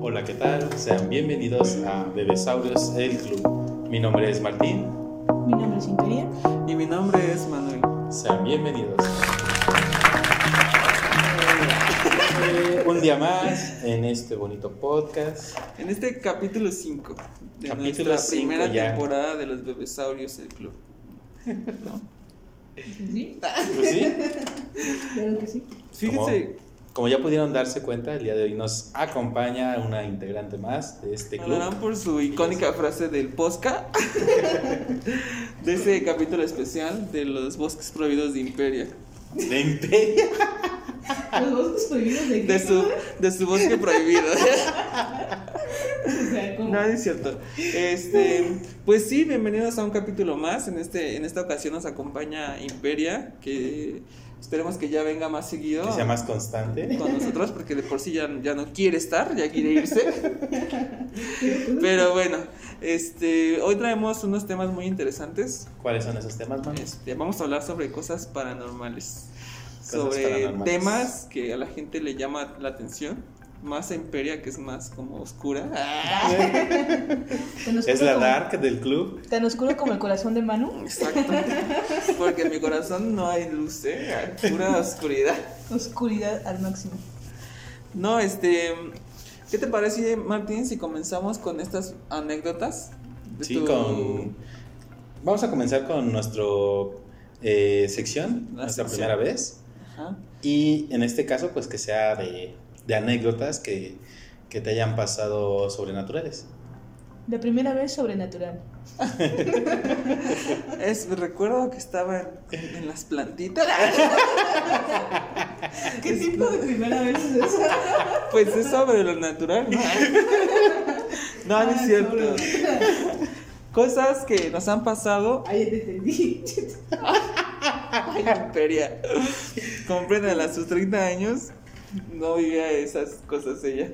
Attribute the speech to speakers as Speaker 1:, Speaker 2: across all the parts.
Speaker 1: Hola, ¿qué tal? Sean bienvenidos a Bebesaurios El Club. Mi nombre es Martín.
Speaker 2: Mi nombre es Cinturía.
Speaker 3: Y mi nombre es Manuel.
Speaker 1: Sean bienvenidos. Eh, un día más en este bonito podcast.
Speaker 3: En este capítulo 5 de
Speaker 1: Capítulo
Speaker 3: nuestra
Speaker 1: cinco
Speaker 3: primera
Speaker 1: ya.
Speaker 3: temporada de los Bebesaurios el Club.
Speaker 2: Sí,
Speaker 1: Pues sí,
Speaker 2: claro que sí.
Speaker 3: Fíjense,
Speaker 1: como ya pudieron darse cuenta, el día de hoy nos acompaña una integrante más de este club.
Speaker 3: hablarán por su icónica frase del posca de ese capítulo especial de los bosques prohibidos de Imperia.
Speaker 1: De Imperia.
Speaker 2: Los bosques prohibidos de
Speaker 3: De su, de su bosque prohibido.
Speaker 2: O sea, como-
Speaker 3: No, no es cierto. Este, pues sí, bienvenidos a un capítulo más. En este, en esta ocasión nos acompaña Imperia, que esperemos que ya venga más seguido.
Speaker 1: Que sea más constante.
Speaker 3: con nosotros porque de por sí ya, ya no quiere estar, ya quiere irse. Pero bueno, este, hoy traemos unos temas muy interesantes.
Speaker 1: ¿Cuáles son esos temas, mames?
Speaker 3: Este, vamos a hablar sobre cosas paranormales, sobre
Speaker 1: paranormales.
Speaker 3: temas que a la gente le llama la atención. Más a Imperia, que es más como oscura. Ah,
Speaker 2: Tan oscuro
Speaker 1: Es la
Speaker 2: como-
Speaker 1: Dark del club.
Speaker 2: Tan oscuro como el corazón de Manu.
Speaker 3: Exacto. Porque en mi corazón no hay luz, ¿eh? pura oscuridad.
Speaker 2: Oscuridad al máximo.
Speaker 3: No, este. ¿Qué te parece, Martín, si comenzamos con estas anécdotas? de
Speaker 1: Sí,
Speaker 3: tu-
Speaker 1: con. Vamos a comenzar con nuestro eh, sección,
Speaker 3: La
Speaker 1: nuestra
Speaker 3: sección.
Speaker 1: primera vez.
Speaker 3: Ajá.
Speaker 1: Y en este caso, pues que sea de, de anécdotas que, que te hayan pasado sobrenaturales.
Speaker 2: La primera vez sobrenatural.
Speaker 3: Es, recuerdo que estaba en, en las plantitas.
Speaker 2: ¿Qué tipo de primera vez es esa?
Speaker 3: Pues es sobre lo natural, ¿no? No,
Speaker 2: Ah,
Speaker 3: no es cierto. Cosas que nos han pasado.
Speaker 2: Ay, ya te entendí.
Speaker 3: Ay, imperia. Comprendan, a sus 30 años no vivía esas cosas ella.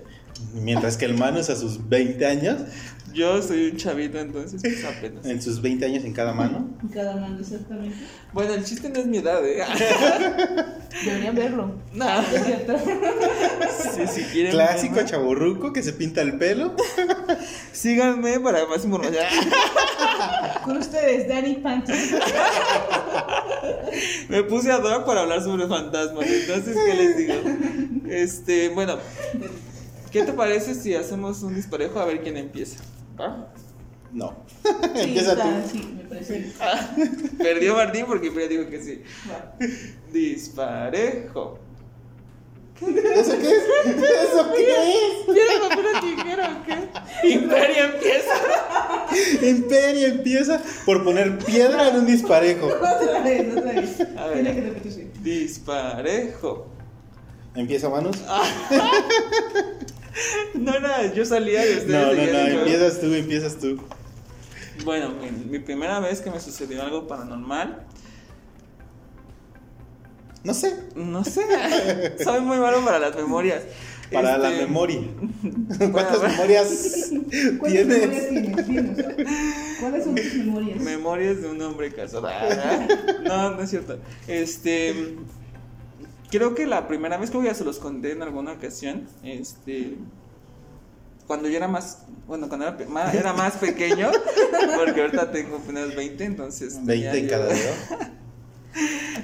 Speaker 1: Mientras que el Manus a sus 20 años,
Speaker 3: Yo soy un chavito, entonces pues apenas.
Speaker 1: en sus 20 años en cada mano,
Speaker 2: Cada mano, exactamente.
Speaker 3: Bueno, el chiste no es mi edad, ¿eh?
Speaker 2: Deberían verlo.
Speaker 3: No,
Speaker 2: Es cierto.
Speaker 3: si, si quieren.
Speaker 1: clásico
Speaker 3: verme,
Speaker 1: chaborruco que se pinta el pelo.
Speaker 3: Síganme para más información.
Speaker 2: Con ustedes, Dani Panty.
Speaker 3: Me puse a Doc para hablar sobre fantasmas. Entonces, ¿qué les digo? Este, bueno, ¿qué te parece si hacemos un disparejo a ver quién empieza? ¿Va?
Speaker 1: No.
Speaker 2: Sí,
Speaker 1: Empieza
Speaker 2: está,
Speaker 1: tú.
Speaker 2: Sí, me parece.
Speaker 3: Perdió Martín porque ya dijo que sí.
Speaker 2: Va.
Speaker 3: Disparejo.
Speaker 1: ¿Eso qué es? ¿Eso qué
Speaker 3: ¿Quieres papel o tijera o qué? Imperio empieza.
Speaker 1: es? Imperio empieza por poner piedra en un disparejo.
Speaker 2: Otra vez, otra vez.
Speaker 3: A ver.
Speaker 2: Tiene que repetirse.
Speaker 3: Disparejo.
Speaker 1: ¿Empieza Manus?
Speaker 3: No, no, yo salía y ustedes
Speaker 1: No, no, no,
Speaker 3: seguían en juego.
Speaker 1: empiezas tú, empiezas tú.
Speaker 3: Bueno, mi, mi primera vez que me sucedió algo paranormal.
Speaker 1: No sé,
Speaker 3: No sé. Soy muy malo para las memorias.
Speaker 1: para la
Speaker 3: Este,
Speaker 1: memoria. ¿Cuántas
Speaker 3: bueno.
Speaker 1: memorias
Speaker 2: ¿Cuáles memorias
Speaker 1: tienes?
Speaker 2: tienes? Dinos. ¿Cuáles son tus memorias?
Speaker 3: Memorias de un hombre casado. Ah, No, no es cierto. Este. Creo que la primera vez, creo que ya se los conté en alguna ocasión. Este. Cuando yo era más. Bueno, cuando era, pe- ma- era más pequeño. Porque ahorita tengo apenas 20, entonces. tenía
Speaker 1: 20 en
Speaker 3: yo-
Speaker 1: cada dedo.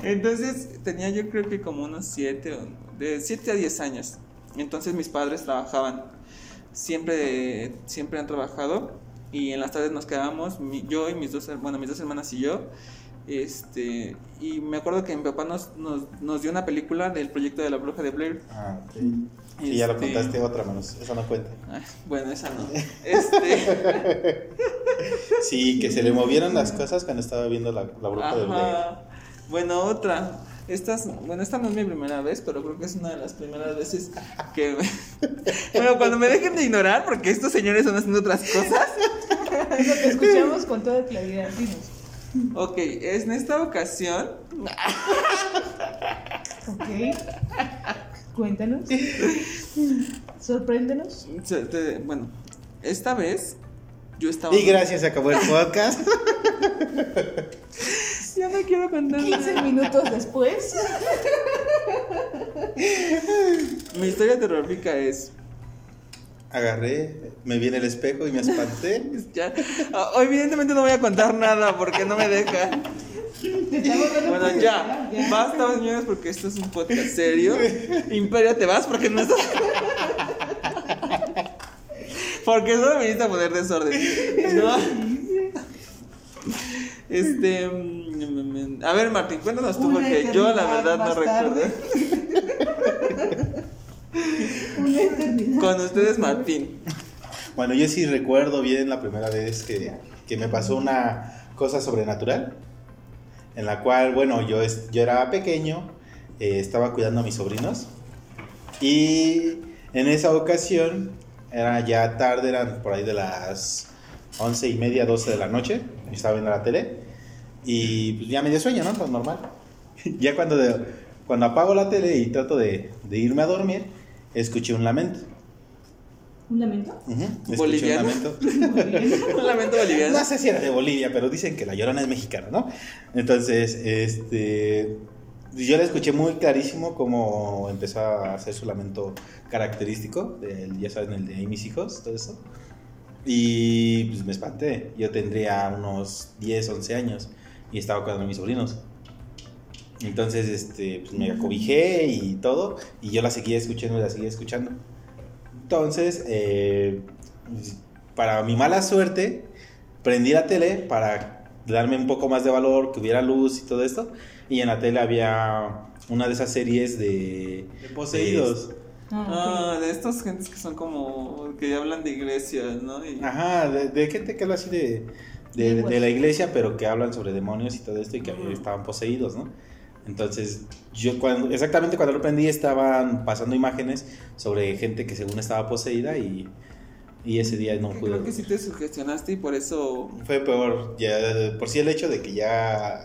Speaker 3: Entonces tenía yo creo que como unos 7, de 7 a 10 años. Entonces mis padres trabajaban. Siempre, siempre han trabajado. Y en las tardes nos quedábamos, mi- yo y mis dos, her- bueno, mis dos hermanas y yo. Este, y me acuerdo que mi papá nos, nos, nos dio una película del proyecto de la bruja de Blair.
Speaker 1: Ah, ok. Sí, ya lo
Speaker 3: Este,
Speaker 1: contaste otra, manos. Eso no cuenta.
Speaker 3: ay, Ah, bueno, esa no. Este,
Speaker 1: Sí, que se le movieron las cosas cuando estaba viendo la, la bruja de Blair.
Speaker 3: Ajá. Bueno, otra. Estas, bueno, esta no es mi primera vez, pero creo que es una de las primeras veces que... me- bueno, cuando me dejen de ignorar, porque estos señores están haciendo otras cosas.
Speaker 2: Eso te escuchamos con toda claridad. Dinos.
Speaker 3: Ok, es en esta ocasión,
Speaker 2: Ok. Cuéntanos. Sorpréndenos.
Speaker 3: se- te- bueno, esta vez yo estaba...
Speaker 1: Y gracias, se acabó el podcast.
Speaker 3: Ya no quiero contar. nada.
Speaker 2: 15 minutos después.
Speaker 3: Mi historia terrorífica es.
Speaker 1: agarré, me vi en el espejo y me espanté.
Speaker 3: Ya. Ah, evidentemente no voy a contar nada porque no me deja.
Speaker 2: Te está volviendo
Speaker 3: Bueno,
Speaker 2: a
Speaker 3: ya.
Speaker 2: publicidad,
Speaker 3: Basta, señores, porque esto es un podcast serio. Imperia, te vas porque no estás. Porque solo viniste a poner desorden. ¿no? Este. mm, mm, A ver, Martín, cuéntanos tú,
Speaker 2: Una
Speaker 3: porque yo la
Speaker 2: eternidad
Speaker 3: verdad no
Speaker 2: más
Speaker 3: recuerdo.
Speaker 2: tarde. Una eternidad.
Speaker 3: Con ustedes, Martín.
Speaker 1: Bueno, yo sí recuerdo bien la primera vez que, que me pasó una cosa sobrenatural, en la cual, bueno, yo, es- yo era pequeño, eh, estaba cuidando a mis sobrinos, y en esa ocasión, era ya tarde, eran por ahí de las once y media, 12 de la noche, yo estaba viendo la tele, y pues ya me dio sueño, ¿no? Pues normal. Ya cuando, de- cuando apago la tele y trato de, de irme a dormir, escuché un lamento.
Speaker 2: ¿Un lamento?
Speaker 1: Ujú, escuché un
Speaker 3: ¿Boliviano?
Speaker 1: lamento.
Speaker 3: Un lamento boliviano.
Speaker 1: No sé si era de Bolivia, pero dicen que la llorona es mexicana, ¿no? Entonces, este. Yo la escuché muy clarísimo como empezó a hacer su lamento característico, del- ya saben, el de "Ay, mis hijos, todo eso. Y pues me espanté. Yo tendría unos 10, 11 años y estaba cuidando a mis sobrinos. Entonces, este, pues me acobijé y todo, y yo la seguía escuchando y la seguía escuchando. Entonces, eh, para mi mala suerte, prendí la tele para darme un poco más de valor, que hubiera luz y todo esto. Y en la tele había una de esas series de poseídos.
Speaker 2: Ah,
Speaker 3: Ah, de estas gentes que son como. que hablan de iglesias, ¿no? Y-
Speaker 1: Ajá, de, de gente que habla así de, de-
Speaker 2: Lenguas.
Speaker 1: de la iglesia, pero que hablan sobre demonios y todo esto y que
Speaker 3: Ujú.
Speaker 1: estaban poseídos, ¿no? Entonces, yo cuando, exactamente cuando lo prendí estaban pasando imágenes sobre gente que según estaba poseída y, y ese día no pude.
Speaker 3: Creo que sí te sugestionaste y por eso.
Speaker 1: Fue peor, ya, por si el hecho de que ya,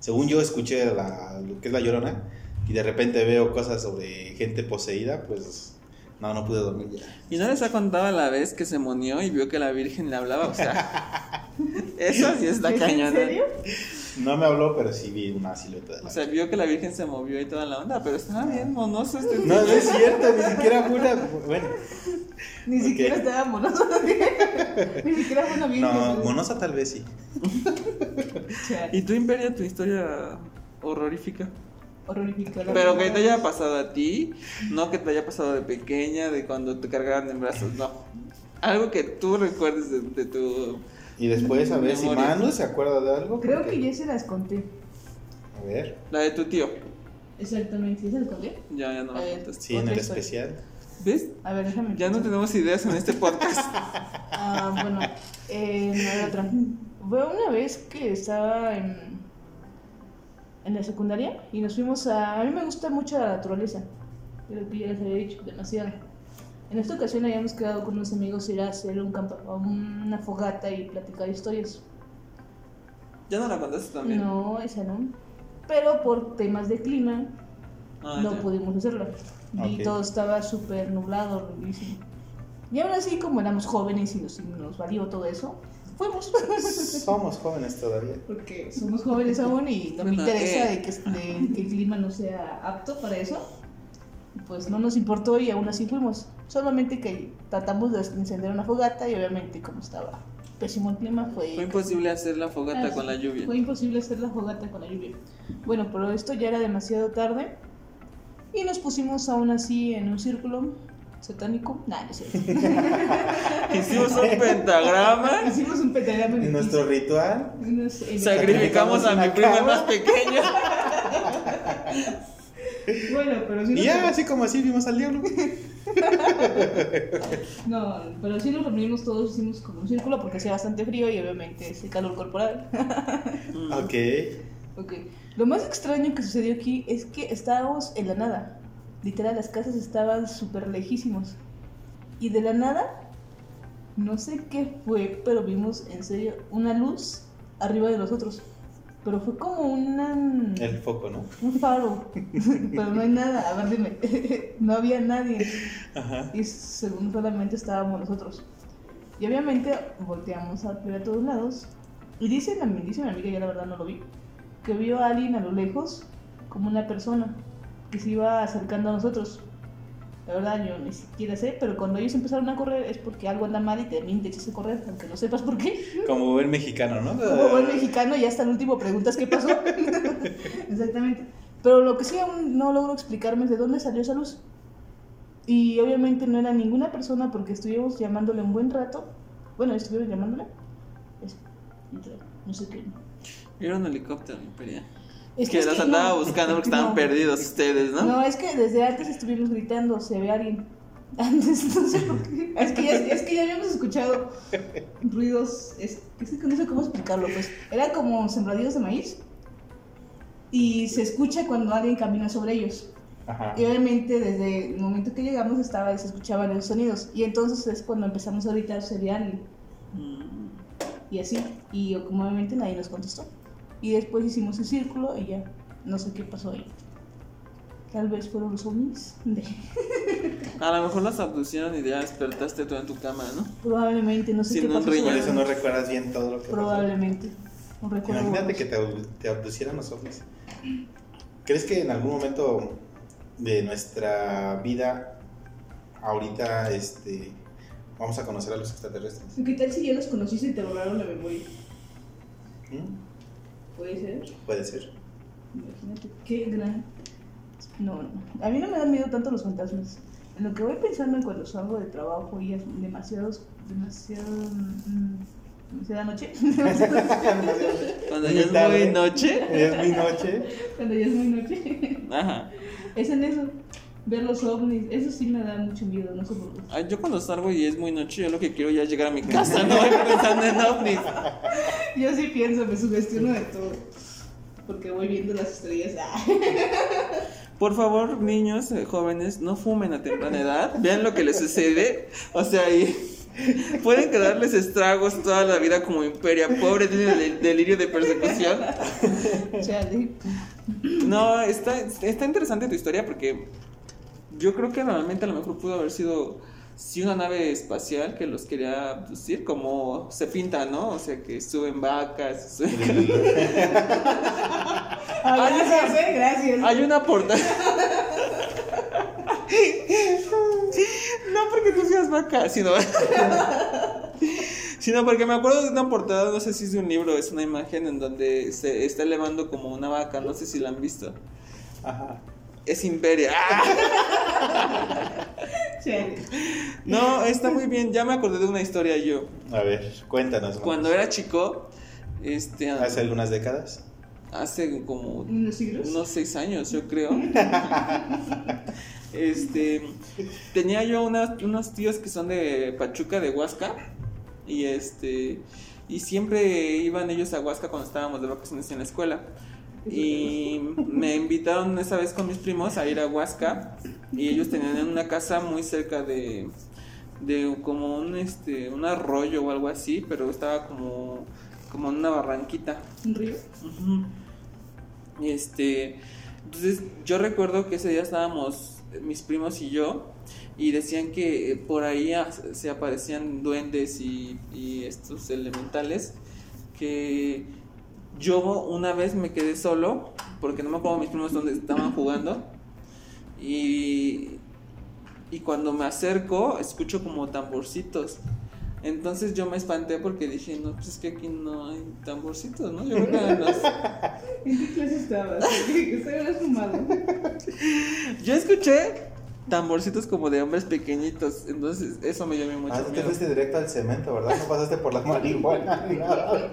Speaker 1: según yo escuché la, lo que es la llorona, y de repente veo cosas sobre gente poseída, pues no, no pude dormir ya.
Speaker 3: Y no les ha contado la vez que se monió y vio que la Virgen le hablaba, o sea. eso sí
Speaker 2: ¿es
Speaker 3: está
Speaker 2: en
Speaker 3: cañona.
Speaker 2: serio?
Speaker 1: No me habló, pero sí vi una silueta. De la
Speaker 3: O sea, vio que la Virgen se movió y toda la onda, pero estaba bien monoso este
Speaker 1: no, no
Speaker 3: señor.
Speaker 1: es cierto, ni siquiera fue una... Bueno,
Speaker 2: Ni
Speaker 1: Ok.
Speaker 2: siquiera estábamos nosotros. Ni siquiera fue una virgen.
Speaker 1: no, monosa tal vez sí.
Speaker 2: Chale,
Speaker 3: ¿Y tú, Imperia, tu historia horrorífica?
Speaker 2: horrorífico, la
Speaker 3: Pero que
Speaker 2: verdad.
Speaker 3: te haya pasado a ti, no que te haya pasado de pequeña, de cuando te cargaban en brazos, no. Algo que tú recuerdes de, de tu...
Speaker 1: Y después a ver si
Speaker 3: Memoria.
Speaker 1: Manu se acuerda de algo.
Speaker 2: Creo
Speaker 1: porque-
Speaker 2: que ya se las conté.
Speaker 1: A ver,
Speaker 3: La de tu tío.
Speaker 2: Exactamente, ¿sí se las conté?
Speaker 3: Ya, ya no la
Speaker 2: Eh,
Speaker 3: contaste.
Speaker 1: sí, en
Speaker 2: Otra
Speaker 1: el
Speaker 2: historia.
Speaker 1: especial.
Speaker 3: ¿Ves?
Speaker 2: A ver, déjame.
Speaker 3: Ya no
Speaker 2: pensar.
Speaker 3: tenemos ideas en este podcast.
Speaker 2: Ah, bueno, eh, no era otra. Fue una vez que estaba en, en la secundaria y nos fuimos a... A mí me gusta mucho la naturaleza, creo que ya les había dicho demasiado. En esta ocasión habíamos quedado con unos amigos ir a hacer un campa- a una fogata y platicar historias.
Speaker 3: Ya no la contaste también.
Speaker 2: No, esa no. Pero por temas de clima
Speaker 3: Ah,
Speaker 2: no
Speaker 3: ya.
Speaker 2: pudimos hacerlo.
Speaker 1: Ok.
Speaker 2: Y todo estaba súper nublado, rarísimo. Y aún así, como éramos jóvenes y nos, nos valió todo eso, fuimos.
Speaker 1: Somos jóvenes todavía.
Speaker 2: Porque somos jóvenes aún y no me
Speaker 3: Bueno,
Speaker 2: interesa
Speaker 3: eh.
Speaker 2: de que, de que el clima no sea apto para eso. Pues no nos importó y aún así fuimos. Solamente que tratamos de encender una fogata y obviamente como estaba pésimo el clima
Speaker 3: Fue
Speaker 2: fue...
Speaker 3: imposible hacer la fogata
Speaker 2: Ah,
Speaker 3: con la lluvia.
Speaker 2: Fue imposible hacer la fogata con la lluvia. Bueno, pero esto ya era demasiado tarde y nos pusimos aún así en un círculo satánico. Nah, no es cierto.
Speaker 3: Hicimos un pentagrama,
Speaker 2: Hicimos un pentagrama en el
Speaker 1: En nuestro
Speaker 2: piso.
Speaker 1: ritual,
Speaker 2: Unos- en el-
Speaker 3: sacrificamos a mi prima más pequeña.
Speaker 2: Bueno, pero sí
Speaker 1: y
Speaker 2: nos-
Speaker 1: ya, así como así vimos al diablo.
Speaker 2: No, pero sí nos reunimos todos, hicimos como un círculo porque hacía bastante frío y obviamente es el calor corporal.
Speaker 3: Mm.
Speaker 1: Ok.
Speaker 2: ok. Lo más extraño que sucedió aquí es que estábamos en la nada. Literal, las casas estaban súper lejísimos. Y de la nada, no sé qué fue, pero vimos en serio una luz arriba de nosotros. Pero fue como una...
Speaker 1: El foco, ¿no?
Speaker 2: Un faro. pero no hay nada. A ver, dime. no había nadie.
Speaker 1: Ajá.
Speaker 2: y según solamente estábamos nosotros. Y obviamente volteamos a ver a todos lados. Y dice la, dice mi amiga, ya la verdad no lo vi, que vio a alguien a lo lejos como una persona que se iba acercando a nosotros. La verdad, yo ni siquiera sé, pero cuando ellos empezaron a correr es porque algo anda mal y también te echas a correr, aunque no sepas por qué.
Speaker 1: Como buen mexicano, ¿no?
Speaker 3: Eh.
Speaker 1: Ah,
Speaker 2: Como buen mexicano, y hasta el último preguntas qué pasó. Exactamente. Pero lo que sí aún no logro explicarme es de dónde salió esa luz. Y obviamente no era ninguna persona porque estuvimos llamándole un buen rato. Bueno, estuvieron llamándole. Es- No sé qué.
Speaker 3: Era un helicóptero, mi pelea.
Speaker 2: Es
Speaker 3: que
Speaker 2: es
Speaker 3: los andaba
Speaker 2: no.
Speaker 3: buscando porque estaban
Speaker 2: No.
Speaker 3: perdidos ustedes, ¿no?
Speaker 2: No, es que desde antes estuvimos gritando, se ve alguien. Antes, no sé por qué. Es que ya, es que ya habíamos escuchado ruidos. Es, es que no sé cómo explicarlo, pues. Era como sembradíos de maíz. Y se escucha cuando alguien camina sobre ellos.
Speaker 1: Ajá.
Speaker 2: Y obviamente desde el momento que llegamos estaba y se escuchaban esos sonidos. Y entonces es cuando empezamos a gritar, se ve alguien.
Speaker 3: Mm.
Speaker 2: Y así. Y como obviamente nadie nos contestó. Y después hicimos el círculo y ya. No sé qué pasó ahí. Tal vez fueron los ovnis. De-
Speaker 3: A lo mejor las abducieron y ya despertaste tú en tu cama, ¿no?
Speaker 2: Probablemente, no sé
Speaker 3: Sin
Speaker 2: qué
Speaker 3: un
Speaker 2: pasó.
Speaker 3: riñón.
Speaker 1: Por eso no recuerdas bien todo lo que pasó.
Speaker 2: Probablemente. Un recuerdo.
Speaker 1: Imagínate
Speaker 2: borroso.
Speaker 1: que te, abdu- te abducieran los ovnis. ¿Crees que en algún momento de nuestra vida, ahorita, este, vamos a conocer a los extraterrestres?
Speaker 2: ¿Y ¿Qué tal si ya los conociste y te borraron la memoria?
Speaker 1: ¿Mm?
Speaker 2: Puede ser.
Speaker 1: Puede ser.
Speaker 2: Imagínate, qué gran. No, no. A mí no me dan miedo tanto los fantasmas. En lo que voy pensando en cuando salgo de trabajo y es demasiados. demasiado. mm, demasiada noche.
Speaker 3: Cuando
Speaker 1: Muy
Speaker 3: ya es
Speaker 1: tarde.
Speaker 3: muy noche.
Speaker 1: es mi noche.
Speaker 2: cuando ya es muy noche.
Speaker 3: Ajá.
Speaker 2: es en eso. Ver los ovnis. Eso sí me da mucho miedo, no sé por qué.
Speaker 3: Ay, yo cuando salgo y es muy noche, yo lo que quiero ya es llegar a mi casa, no voy pensando en ovnis.
Speaker 2: Yo sí pienso, me sugestiono de todo. Porque voy viendo las estrellas. Ah.
Speaker 3: Por favor, niños, eh, jóvenes, no fumen a temprana edad. Vean lo que les sucede. O sea, y pueden quedarles estragos toda la vida como imperia. Pobre, tiene del- delirio de persecución.
Speaker 2: Chale.
Speaker 3: No, está, está interesante tu historia porque yo creo que realmente a lo mejor pudo haber sido sí una nave espacial que los quería abducir, como se pinta, ¿no? O sea, que suben vacas, suben-
Speaker 2: Ah, gracias, eh, gracias.
Speaker 3: Hay una portada. No porque tú seas vaca, sino. sino porque me acuerdo de una portada, no sé si es de un libro, es una imagen en donde se está elevando como una vaca, no sé si la han visto.
Speaker 1: Ajá.
Speaker 3: Es Imperia. ¡Ah!
Speaker 2: Chale.
Speaker 3: No, está muy bien, ya me acordé de una historia yo.
Speaker 1: A ver, cuéntanos. ¿no?
Speaker 3: Cuando era chico, este.
Speaker 1: Hace algunas décadas.
Speaker 3: hace como
Speaker 2: ¿Unos siglos?
Speaker 3: unos seis años, yo creo. este, tenía yo unas- unos tíos que son de Pachuca, de Huasca, y este, y siempre iban ellos a Huasca cuando estábamos de vacaciones en la escuela. Y me invitaron esa vez con mis primos a ir a Huasca y ellos tenían una casa muy cerca de, de como un, este, un arroyo o algo así, pero estaba como, como en una barranquita.
Speaker 2: ¿Un río?
Speaker 3: Ujú. Este, entonces yo recuerdo que ese día estábamos eh, mis primos y yo y decían que eh, por ahí as- se aparecían duendes y, y estos elementales que yo una vez me quedé solo porque no me acuerdo mis primos donde estaban jugando y, y cuando me acerco escucho como tamborcitos. Entonces yo me espanté porque dije, no, pues es que aquí no hay tamborcitos, ¿no? Yo creo que en los-
Speaker 2: ¿En qué clase estabas? Que se habrás fumado.
Speaker 3: Yo escuché tamborcitos como de hombres pequeñitos, entonces eso me dio a mí mucho
Speaker 1: Ah, tú te
Speaker 3: miedo.
Speaker 1: fuiste directo al cemento, ¿verdad? No pasaste por la marihuana ni nada.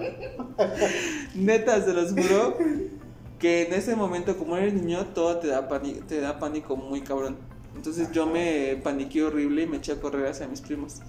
Speaker 3: Neta, se los juro que en ese momento, como eres niño, todo te da, pani- te da pánico muy cabrón. Entonces yo me paniqué horrible y me eché a correr hacia mis primos.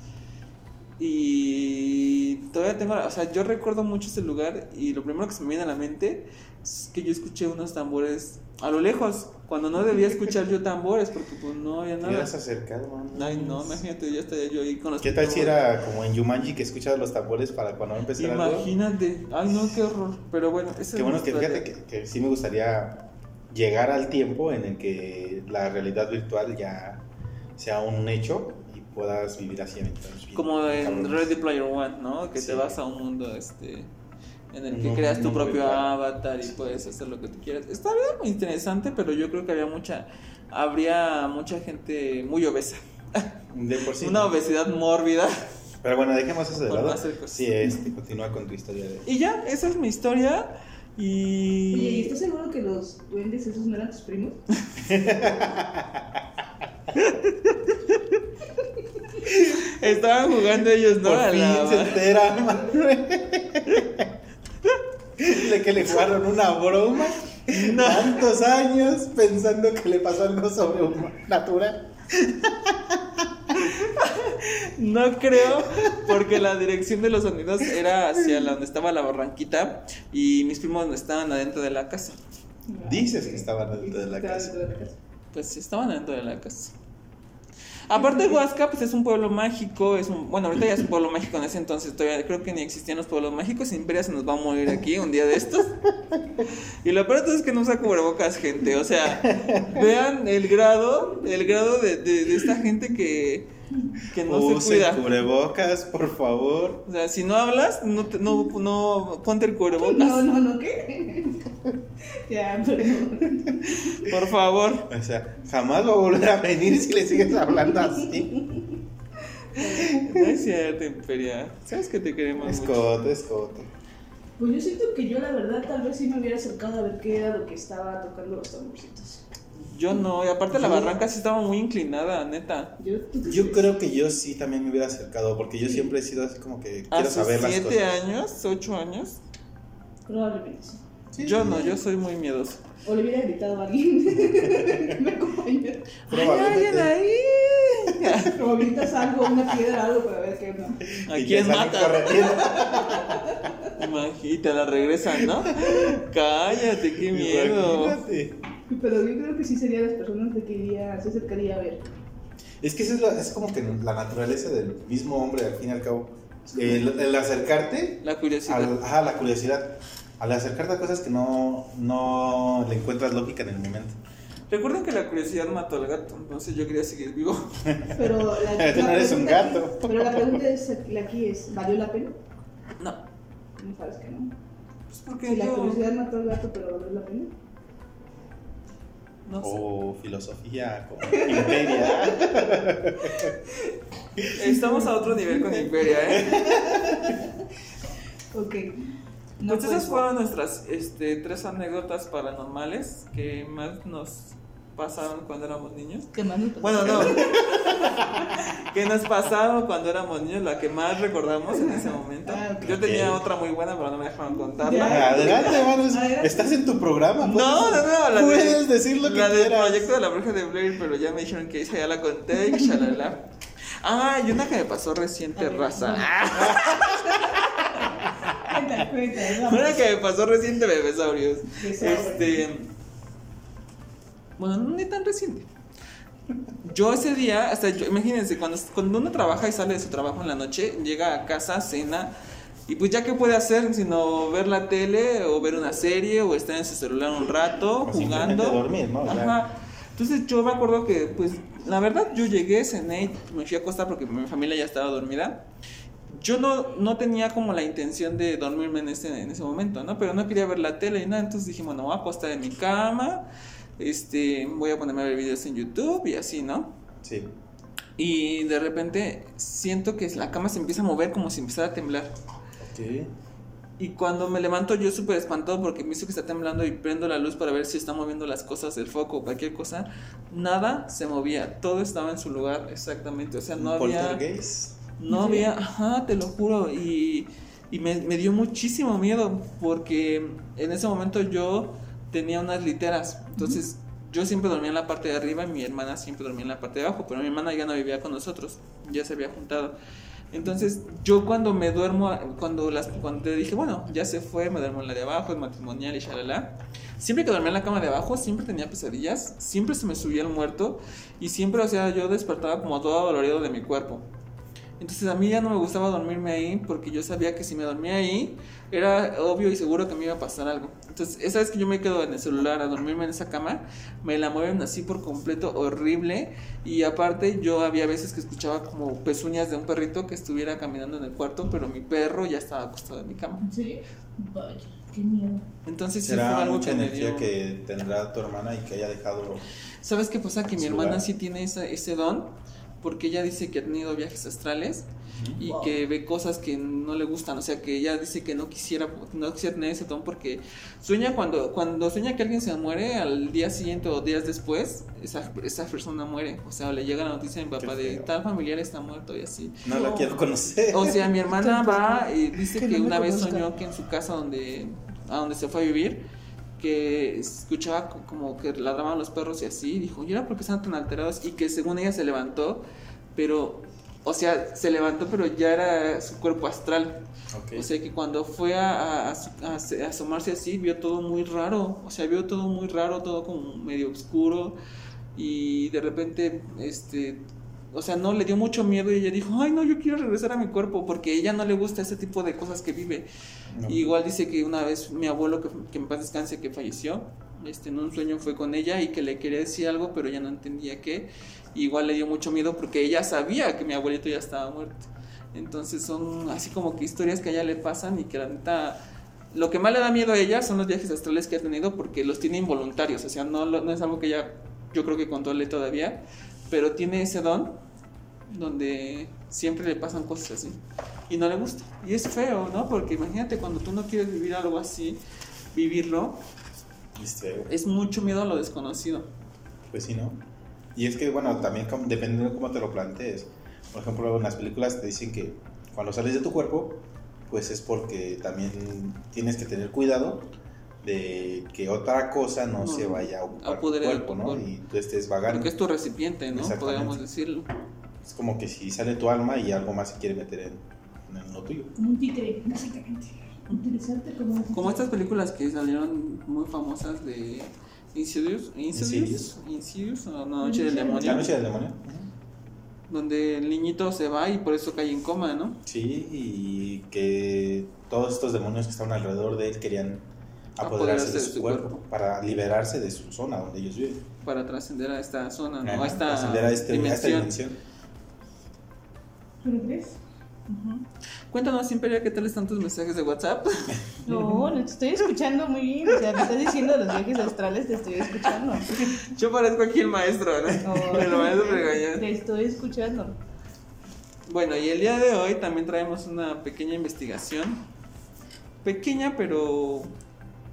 Speaker 3: Y todavía tengo, la- o sea, yo recuerdo mucho ese lugar y lo primero que se me viene a la mente es que yo escuché unos tambores a lo lejos, cuando no debía escuchar yo tambores porque pues no había
Speaker 1: Te
Speaker 3: nada.
Speaker 1: hubieras acercado, mano.
Speaker 3: Ay, no, imagínate, ya estaría yo ahí con los
Speaker 1: ¿Qué tal si
Speaker 3: tambores.
Speaker 1: era como en Yumanji que escuchas los tambores para cuando va a empezar algo?
Speaker 3: Imagínate. Ay, no, qué horror. Pero bueno, esa es
Speaker 1: Qué bueno
Speaker 3: mi
Speaker 1: que
Speaker 3: historia.
Speaker 1: fíjate que, que sí me gustaría llegar al tiempo en el que la realidad virtual ya sea un hecho y puedas vivir así aventuras bien
Speaker 3: Como en
Speaker 1: cabronas.
Speaker 3: Ready Player One, ¿no? Que
Speaker 1: Sí.
Speaker 3: te vas a un mundo este en el que
Speaker 1: No,
Speaker 3: creas tu
Speaker 1: no me
Speaker 3: propio
Speaker 1: acuerdo.
Speaker 3: avatar y puedes hacer lo que tú quieras. Está bien muy interesante, pero yo creo que había mucha, habría mucha gente muy obesa.
Speaker 1: De por sí.
Speaker 3: Una obesidad mórbida.
Speaker 1: Pero bueno, dejemos eso de
Speaker 3: Por no
Speaker 1: lado.
Speaker 3: hacer cosas.
Speaker 1: Sí, este, continúa con tu historia de.
Speaker 3: Y ya, esa es mi historia. Y...
Speaker 2: Oye, ¿y estás seguro que los duendes esos no eran tus primos?
Speaker 3: Estaban jugando ellos, ¿no?
Speaker 1: Por
Speaker 3: A
Speaker 1: fin
Speaker 3: la-
Speaker 1: se entera, Manuel. De que le jugaron una broma. Tantos años pensando que le pasó algo sobrenatural.
Speaker 3: No creo, porque la dirección de los sonidos era hacia la- donde estaba la barranquita y mis primos estaban adentro de la casa.
Speaker 1: Dices que estaban dentro de la
Speaker 2: Estaban
Speaker 1: casa.
Speaker 2: Ah, dentro de la casa.
Speaker 3: Pues sí, estaban adentro de la casa. Aparte Huasca, pues es un pueblo mágico, es un, bueno, ahorita ya es un pueblo mágico en ese entonces, todavía creo que ni existían los pueblos mágicos, Imperia se nos va a morir aquí un día de estos. Y lo peor de todo es que no usa cubrebocas, gente, o sea, vean el grado, el grado de, de- de esta gente que, que no se
Speaker 1: Usen
Speaker 3: cuida.
Speaker 1: cubrebocas, por favor.
Speaker 3: O sea, si no hablas, no, te- no, no ponte el cubrebocas,
Speaker 2: No, no, no, ¿qué? ya, pero.
Speaker 3: por favor.
Speaker 1: O sea, jamás va a volver a venir si le sigues hablando así.
Speaker 3: No es cierto, Imperia. Sabes que te queremos mucho.
Speaker 1: Escote, escote.
Speaker 2: Pues yo siento que yo, la verdad, tal vez sí me hubiera acercado a ver qué era lo que estaba tocando los tamborcitos.
Speaker 3: Yo no, y aparte la
Speaker 1: Yo-
Speaker 3: barranca sí estaba muy inclinada, neta.
Speaker 2: Yo, ¿tú qué
Speaker 1: Yo
Speaker 2: crees?
Speaker 1: creo que yo sí también me hubiera acercado, porque yo siempre he sido así como que
Speaker 3: A
Speaker 1: quiero
Speaker 3: sus
Speaker 1: saber las
Speaker 3: siete
Speaker 1: cosas.
Speaker 3: años, ocho años.
Speaker 2: Probablemente sí.
Speaker 1: Sí.
Speaker 3: Yo no, yo soy muy miedoso.
Speaker 2: O le hubiera gritado a alguien. me acompañó.
Speaker 3: ¡Ay,
Speaker 1: Probablemente.
Speaker 3: alguien ahí!
Speaker 2: Como gritas algo, una piedra, algo para ver qué onda.
Speaker 3: ¿A
Speaker 1: Y
Speaker 3: quién
Speaker 1: ya salen
Speaker 3: mata?
Speaker 1: corriendo.
Speaker 3: Imagi- Y te la regresan, ¿no? Cállate, qué miedo.
Speaker 1: Imagínate.
Speaker 2: Pero yo creo que sí serían las personas que quería, se acercaría a ver.
Speaker 1: Es que eso es, la- es como que la naturaleza del mismo hombre, al fin y al cabo. El, el acercarte
Speaker 3: La curiosidad.
Speaker 1: al- ajá, la curiosidad. Al acercarte a cosas que no, no le encuentras lógica en el momento.
Speaker 3: Recuerden que la curiosidad mató al gato, entonces yo quería seguir vivo.
Speaker 2: Pero la,
Speaker 1: Tú no
Speaker 2: la
Speaker 1: eres un
Speaker 2: pregunta
Speaker 1: gato.
Speaker 2: aquí- pero la pregunta es, la aquí es, ¿valió la pena?
Speaker 3: No,
Speaker 2: No sabes que no.
Speaker 3: pues porque
Speaker 2: Si la
Speaker 3: yo.
Speaker 2: curiosidad mató al gato, pero valió la pena.
Speaker 3: No sé.
Speaker 1: O filosofía, como imperia.
Speaker 3: Estamos a otro nivel con Imperia, ¿eh?
Speaker 2: Ok. No,
Speaker 3: pues esas fueron nuestras este, tres anécdotas paranormales que más nos pasaron cuando éramos niños.
Speaker 2: ¿Qué más nos pasó?
Speaker 3: Bueno, no. que nos pasaron cuando éramos niños, la que más recordamos en ese momento.
Speaker 2: Ah, ok.
Speaker 3: Yo tenía
Speaker 1: Ok.
Speaker 3: otra muy buena, pero no me dejaron
Speaker 2: Ya.
Speaker 3: contarla.
Speaker 1: Adelante, Manos.
Speaker 2: Adelante.
Speaker 1: Estás en tu programa. puedes-
Speaker 3: No, no, no, la
Speaker 1: Puedes decir lo que
Speaker 3: la del
Speaker 1: quieras.
Speaker 3: proyecto de la bruja de Blair, pero ya me dijeron que esa ya la conté y que shalala. Ah, y una que me pasó reciente,
Speaker 2: A ver,
Speaker 3: raza. Ah,
Speaker 2: ajá. Cuenta, cuenta, es la
Speaker 3: Una
Speaker 2: más-
Speaker 3: que me pasó reciente, bebesaurios.
Speaker 2: Besaurios.
Speaker 3: Este. Bueno, no ni tan reciente. Yo ese día, hasta yo- imagínense, cuando, cuando uno trabaja y sale de su trabajo en la noche, llega a casa, cena, y pues ya qué puede hacer sino ver la tele o ver una serie o estar en su celular un rato
Speaker 1: O simplemente
Speaker 3: jugando.
Speaker 1: dormir, ¿no? Ya.
Speaker 3: Ajá. Entonces yo me acuerdo que, pues, la verdad yo llegué, cené, y me fui a acostar porque mi familia ya estaba dormida. Yo no, no tenía como la intención de dormirme en ese, en ese momento, ¿no? Pero no quería ver la tele y nada, entonces dije, bueno, voy a acostar en mi cama, este, voy a ponerme a ver videos en YouTube y así, ¿no?
Speaker 1: Sí.
Speaker 3: Y de repente siento que la cama se empieza a mover como si empezara a temblar.
Speaker 1: Ok.
Speaker 3: Y cuando me levanto yo súper espantado porque me hizo que está temblando y prendo la luz para ver si está moviendo las cosas, el foco o cualquier cosa, nada se movía, todo estaba en su lugar exactamente, o sea, no había...
Speaker 1: Poltergeist.
Speaker 3: No
Speaker 2: ¿En serio?
Speaker 3: había, ajá, te lo juro. Y, y me, me dio muchísimo miedo porque en ese momento yo tenía unas literas. Entonces yo siempre dormía en la parte de arriba y mi hermana siempre dormía en la parte de abajo. Pero mi hermana ya no vivía con nosotros, ya se había juntado. Entonces yo cuando me duermo, cuando, las, cuando te dije, bueno, ya se fue, me duermo en la de abajo, es matrimonial y shalala. Siempre que dormía en la cama de abajo, siempre tenía pesadillas, siempre se me subía el muerto y siempre, o sea, yo despertaba como todo dolorido de mi cuerpo. Entonces a mí ya no me gustaba dormirme ahí porque yo sabía que si me dormía ahí era obvio y seguro que me iba a pasar algo. Entonces esa vez que yo me quedo en el celular a dormirme en esa cama, me la mueven así por completo horrible y aparte yo había veces que escuchaba como pezuñas de un perrito que estuviera caminando en el cuarto, pero mi perro ya estaba acostado en mi cama.
Speaker 2: Sí. Vaya, qué miedo.
Speaker 3: Entonces sí fue
Speaker 1: Será
Speaker 3: algo
Speaker 1: mucha
Speaker 3: que me
Speaker 1: energía
Speaker 3: dio...
Speaker 1: que tendrá tu hermana y que haya dejado.
Speaker 3: ¿Sabes qué pasa? Que mi
Speaker 1: Su
Speaker 3: hermana
Speaker 1: lugar.
Speaker 3: sí tiene esa- ese don, porque ella dice que ha tenido viajes astrales y
Speaker 2: Wow.
Speaker 3: que ve cosas que no le gustan, o sea, que ella dice que no quisiera, no quisiera tener ese don porque sueña cuando, cuando sueña que alguien se muere, al día siguiente o días después, esa, esa persona muere, o sea, le llega la noticia a mi papá de
Speaker 1: feo.
Speaker 3: tal familiar está muerto y así.
Speaker 1: No la
Speaker 2: No.
Speaker 1: quiero conocer.
Speaker 3: O sea, mi hermana
Speaker 2: Tanto.
Speaker 3: va y dice
Speaker 2: Que
Speaker 3: que,
Speaker 2: no me
Speaker 3: una vez
Speaker 2: conozcan.
Speaker 3: soñó que en su casa donde a donde se fue a vivir que escuchaba co- como que ladraban los perros y así, y dijo, "¿Y ahora por qué están tan alterados?" y que según ella se levantó, pero o sea, se levantó, pero ya era su cuerpo astral.
Speaker 1: Ok.
Speaker 3: O sea, que cuando fue a, a- a su- a se- a asomarse así, vio todo muy raro. O sea, vio todo muy raro, todo como medio oscuro. Y de repente, este. O sea, no, le dio mucho miedo y ella dijo, ay, no, yo quiero regresar a mi cuerpo porque a ella no le gusta ese tipo de cosas que vive.
Speaker 1: No.
Speaker 3: Igual dice que una vez mi abuelo, que, que en paz descanse, que falleció, este, en un sueño fue con ella y que le quería decir algo, pero ella no entendía qué. Igual le dio mucho miedo porque ella sabía que mi abuelito ya estaba muerto. Entonces son así como que historias que a ella le pasan y que la neta... Lo que más le da miedo a ella son los viajes astrales que ha tenido porque los tiene involuntarios, o sea, no, lo- no es algo que ella yo creo que controle todavía, pero tiene ese don donde siempre le pasan cosas así y no le gusta. Y es feo, ¿no? Porque imagínate cuando tú no quieres vivir algo así, vivirlo,
Speaker 1: Es feo.
Speaker 3: es mucho miedo a lo desconocido.
Speaker 1: Pues sí, ¿no? Y es que, bueno, también como- dependiendo de cómo te lo plantees. Por ejemplo, en las películas te dicen que cuando sales de tu cuerpo, pues es porque también tienes que tener cuidado de que otra cosa no,
Speaker 3: No,
Speaker 1: se
Speaker 3: no.
Speaker 1: vaya a ocupar tu
Speaker 3: Apoderar
Speaker 1: cuerpo,
Speaker 3: tu
Speaker 1: ¿no?
Speaker 3: cuerpo.
Speaker 1: Y tú estés vagando.
Speaker 3: Porque es tu recipiente, ¿no?
Speaker 1: Exactamente.
Speaker 3: Podríamos decirlo.
Speaker 1: Es como que si sale tu alma y algo más se quiere meter en, en lo tuyo.
Speaker 2: Como un tigre, básicamente. Interesante como...
Speaker 3: Como estas películas que salieron muy famosas de Insidious, Insidious,
Speaker 1: Insidious.
Speaker 3: Insidious, o La Noche del
Speaker 1: ¿La
Speaker 3: Demonio,
Speaker 1: noche del demonio?
Speaker 3: donde el niñito se va y por eso cae en coma, ¿no?
Speaker 1: Sí, y que todos estos demonios que estaban alrededor de él querían apoderarse, de su, cuerpo, para liberarse de su zona donde ellos viven.
Speaker 3: Para trascender a esta zona, ¿no? A
Speaker 1: Ajá,
Speaker 3: esta
Speaker 1: ascender a, este- a esta
Speaker 3: dimensión.
Speaker 1: dimensión.
Speaker 2: ¿Pero crees?
Speaker 3: Ujú. Cuéntanos, Imperia, ¿qué tal están tus mensajes de WhatsApp?
Speaker 2: No, no te estoy escuchando muy bien. O sea, me estás diciendo los viajes astrales, te estoy escuchando.
Speaker 3: Yo parezco aquí el maestro, ¿no? Me lo van a regañar.
Speaker 2: Te estoy escuchando.
Speaker 3: Bueno, y el día de hoy también traemos una pequeña investigación. Pequeña, pero,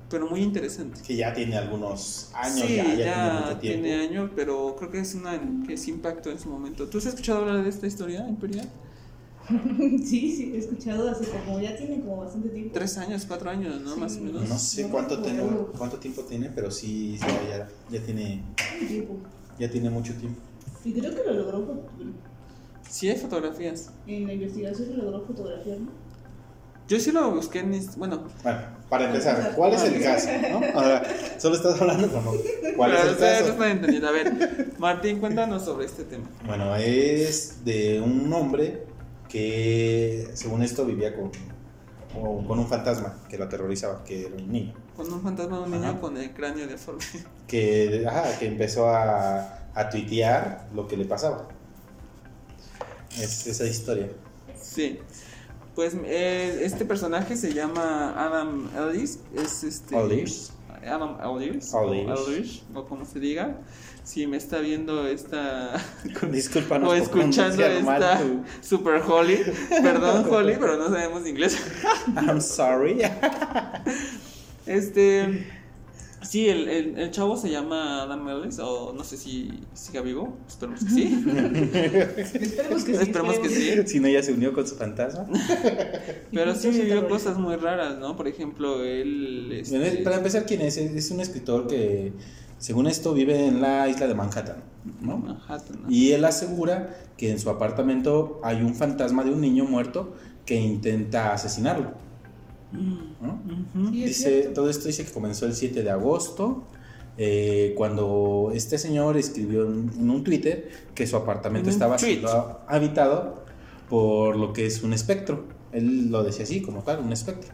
Speaker 3: pero muy interesante.
Speaker 1: Que ya tiene algunos años,
Speaker 3: sí,
Speaker 1: ya, ya
Speaker 3: ya,
Speaker 1: tiene mucho tiempo.
Speaker 3: tiene, años, pero creo que es una que sí impactó en su momento. ¿Tú has escuchado hablar de esta historia, Imperia?
Speaker 2: Sí, sí, he escuchado hace como... Ya tiene como bastante tiempo.
Speaker 3: Tres años, cuatro años, ¿no?
Speaker 2: Sí.
Speaker 3: Más o menos.
Speaker 1: No sé
Speaker 2: No
Speaker 1: cuánto,
Speaker 2: recuerdo.
Speaker 1: tengo- cuánto tiempo tiene, pero sí, sí, ya, ya- ya tiene,
Speaker 2: tiempo.
Speaker 1: ya tiene mucho tiempo.
Speaker 2: Y creo que lo logró fo-
Speaker 3: Sí hay fotografías.
Speaker 2: en la investigación lo logró fotografiar, ¿no?
Speaker 3: Yo sí lo busqué en... inst- Bueno,
Speaker 1: Bueno, para empezar, ¿cuál es el caso? ¿no? O sea, solo estás hablando como, ¿cuál es
Speaker 3: pero
Speaker 1: el
Speaker 3: ustedes
Speaker 1: caso?
Speaker 3: no están entendiendo. A ver, Martín, cuéntanos sobre este tema.
Speaker 1: Bueno, es de un hombre que, según esto, vivía con, o con un fantasma que lo aterrorizaba, que era un niño.
Speaker 3: Con un fantasma de un niño
Speaker 1: Ajá.
Speaker 3: con el cráneo deforme.
Speaker 1: Que, ajá, que empezó a, a tuitear lo que le pasaba. Es esa historia.
Speaker 3: Sí. Pues eh, este personaje se llama Adam Ellis. Es este.
Speaker 1: Aldis.
Speaker 3: Adam
Speaker 1: Ellis.
Speaker 3: Ellis. O Ellis, o como se diga. Si me está viendo esta.
Speaker 1: Disculpanos
Speaker 3: o
Speaker 1: por
Speaker 3: escuchando
Speaker 1: pronunciar mal
Speaker 3: esta.
Speaker 1: tu-
Speaker 3: Super Holly. Perdón, Holly, pero no sabemos inglés.
Speaker 1: I'm sorry.
Speaker 3: Este. Sí, el, el, el chavo se llama Adam Ellis. O no sé si siga vivo. Esperemos que sí.
Speaker 2: Esperemos que sí.
Speaker 3: Esperemos que sí.
Speaker 1: si no, ella se unió con su fantasma.
Speaker 3: Pero
Speaker 2: Incluso
Speaker 3: sí
Speaker 2: se
Speaker 3: vivió
Speaker 2: terroriza.
Speaker 3: cosas muy raras, ¿no? Por ejemplo, él.
Speaker 1: Bueno,
Speaker 3: este,
Speaker 1: Para empezar, ¿quién es? Es un escritor que, según esto, vive en la isla de Manhattan, ¿no?
Speaker 3: Manhattan, ¿no?
Speaker 1: Y él asegura que en su apartamento hay un fantasma de un niño muerto que intenta asesinarlo.
Speaker 3: Mm,
Speaker 1: ¿no?
Speaker 3: ujú.
Speaker 2: Sí, es
Speaker 1: Dice,
Speaker 2: cierto.
Speaker 1: todo esto dice que comenzó el 7 de agosto, eh, cuando este señor escribió en, en un Twitter que su apartamento
Speaker 3: En un
Speaker 1: estaba
Speaker 3: tweet.
Speaker 1: siendo habitado por lo que es un espectro. Él lo decía así, como tal, un espectro.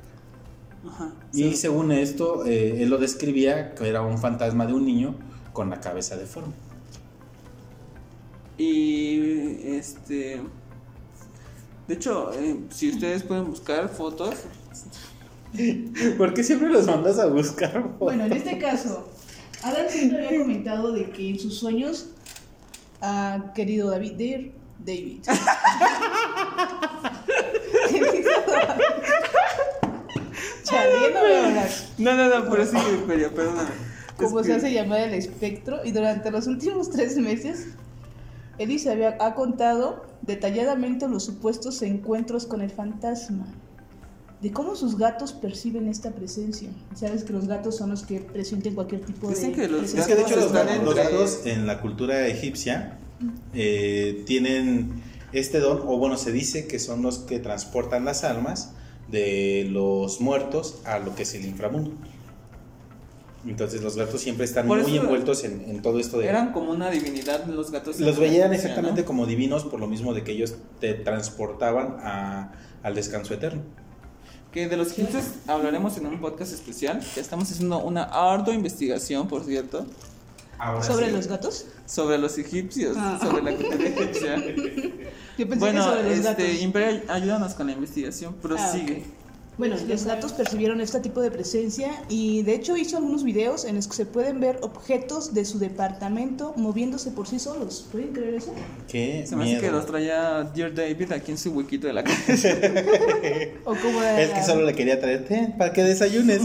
Speaker 3: Ajá.
Speaker 1: Y según esto, eh, él lo describía que era un fantasma de un niño con la cabeza deforme.
Speaker 3: Y este. De hecho, eh, si ustedes pueden buscar fotos.
Speaker 1: ¿Por qué siempre los mandas a buscar?
Speaker 2: Bueno, en este caso, Adam siempre había comentado de que en sus sueños ha querido David Dear David. Charlie, no veo la-
Speaker 3: No, no, no, pero sí, pero perdóname.
Speaker 2: Como
Speaker 3: Es
Speaker 2: se
Speaker 3: que-
Speaker 2: hace llamar el espectro, y durante los últimos tres meses, Elisa había, ha contado detalladamente los supuestos encuentros con el fantasma, de cómo sus gatos perciben esta presencia. Sabes que los gatos son los que presienten cualquier tipo de.
Speaker 3: Dicen que los
Speaker 1: Es que de hecho los,
Speaker 3: Están
Speaker 1: gatos- los
Speaker 3: entre-
Speaker 1: gatos en la cultura egipcia eh, tienen este don, o bueno, se dice que son los que transportan las almas de los muertos a lo que es el inframundo. Entonces los gatos siempre están
Speaker 3: Por
Speaker 1: muy
Speaker 3: eso-
Speaker 1: envueltos en, en todo esto de...
Speaker 3: Eran como una divinidad los gatos.
Speaker 1: los veían exactamente como divinos por lo mismo de que ellos te transportaban a- al descanso eterno.
Speaker 3: Que de los egipcios hablaremos en un podcast especial. que estamos haciendo una ardua investigación, por cierto,
Speaker 1: Ahora
Speaker 2: ¿Sobre
Speaker 1: sí.
Speaker 2: los gatos?
Speaker 3: sobre los egipcios,
Speaker 2: Ah.
Speaker 3: sobre la cultura egipcia.
Speaker 2: Yo pensé que
Speaker 3: bueno,
Speaker 2: sobre los
Speaker 3: este,
Speaker 2: gatos.
Speaker 3: Imperio, ayúdanos con la investigación. Prosigue.
Speaker 2: Bueno, los gatos percibieron este tipo de presencia y de hecho hizo algunos videos en los que se pueden ver objetos de su departamento moviéndose por sí solos. ¿Pueden creer eso?
Speaker 1: Qué
Speaker 3: Se me hace
Speaker 1: miedo.
Speaker 3: que los traía Dear David aquí en su huequito de la cabeza.
Speaker 2: O como,
Speaker 1: Es que solo le quería traer "Ten, para que desayunes.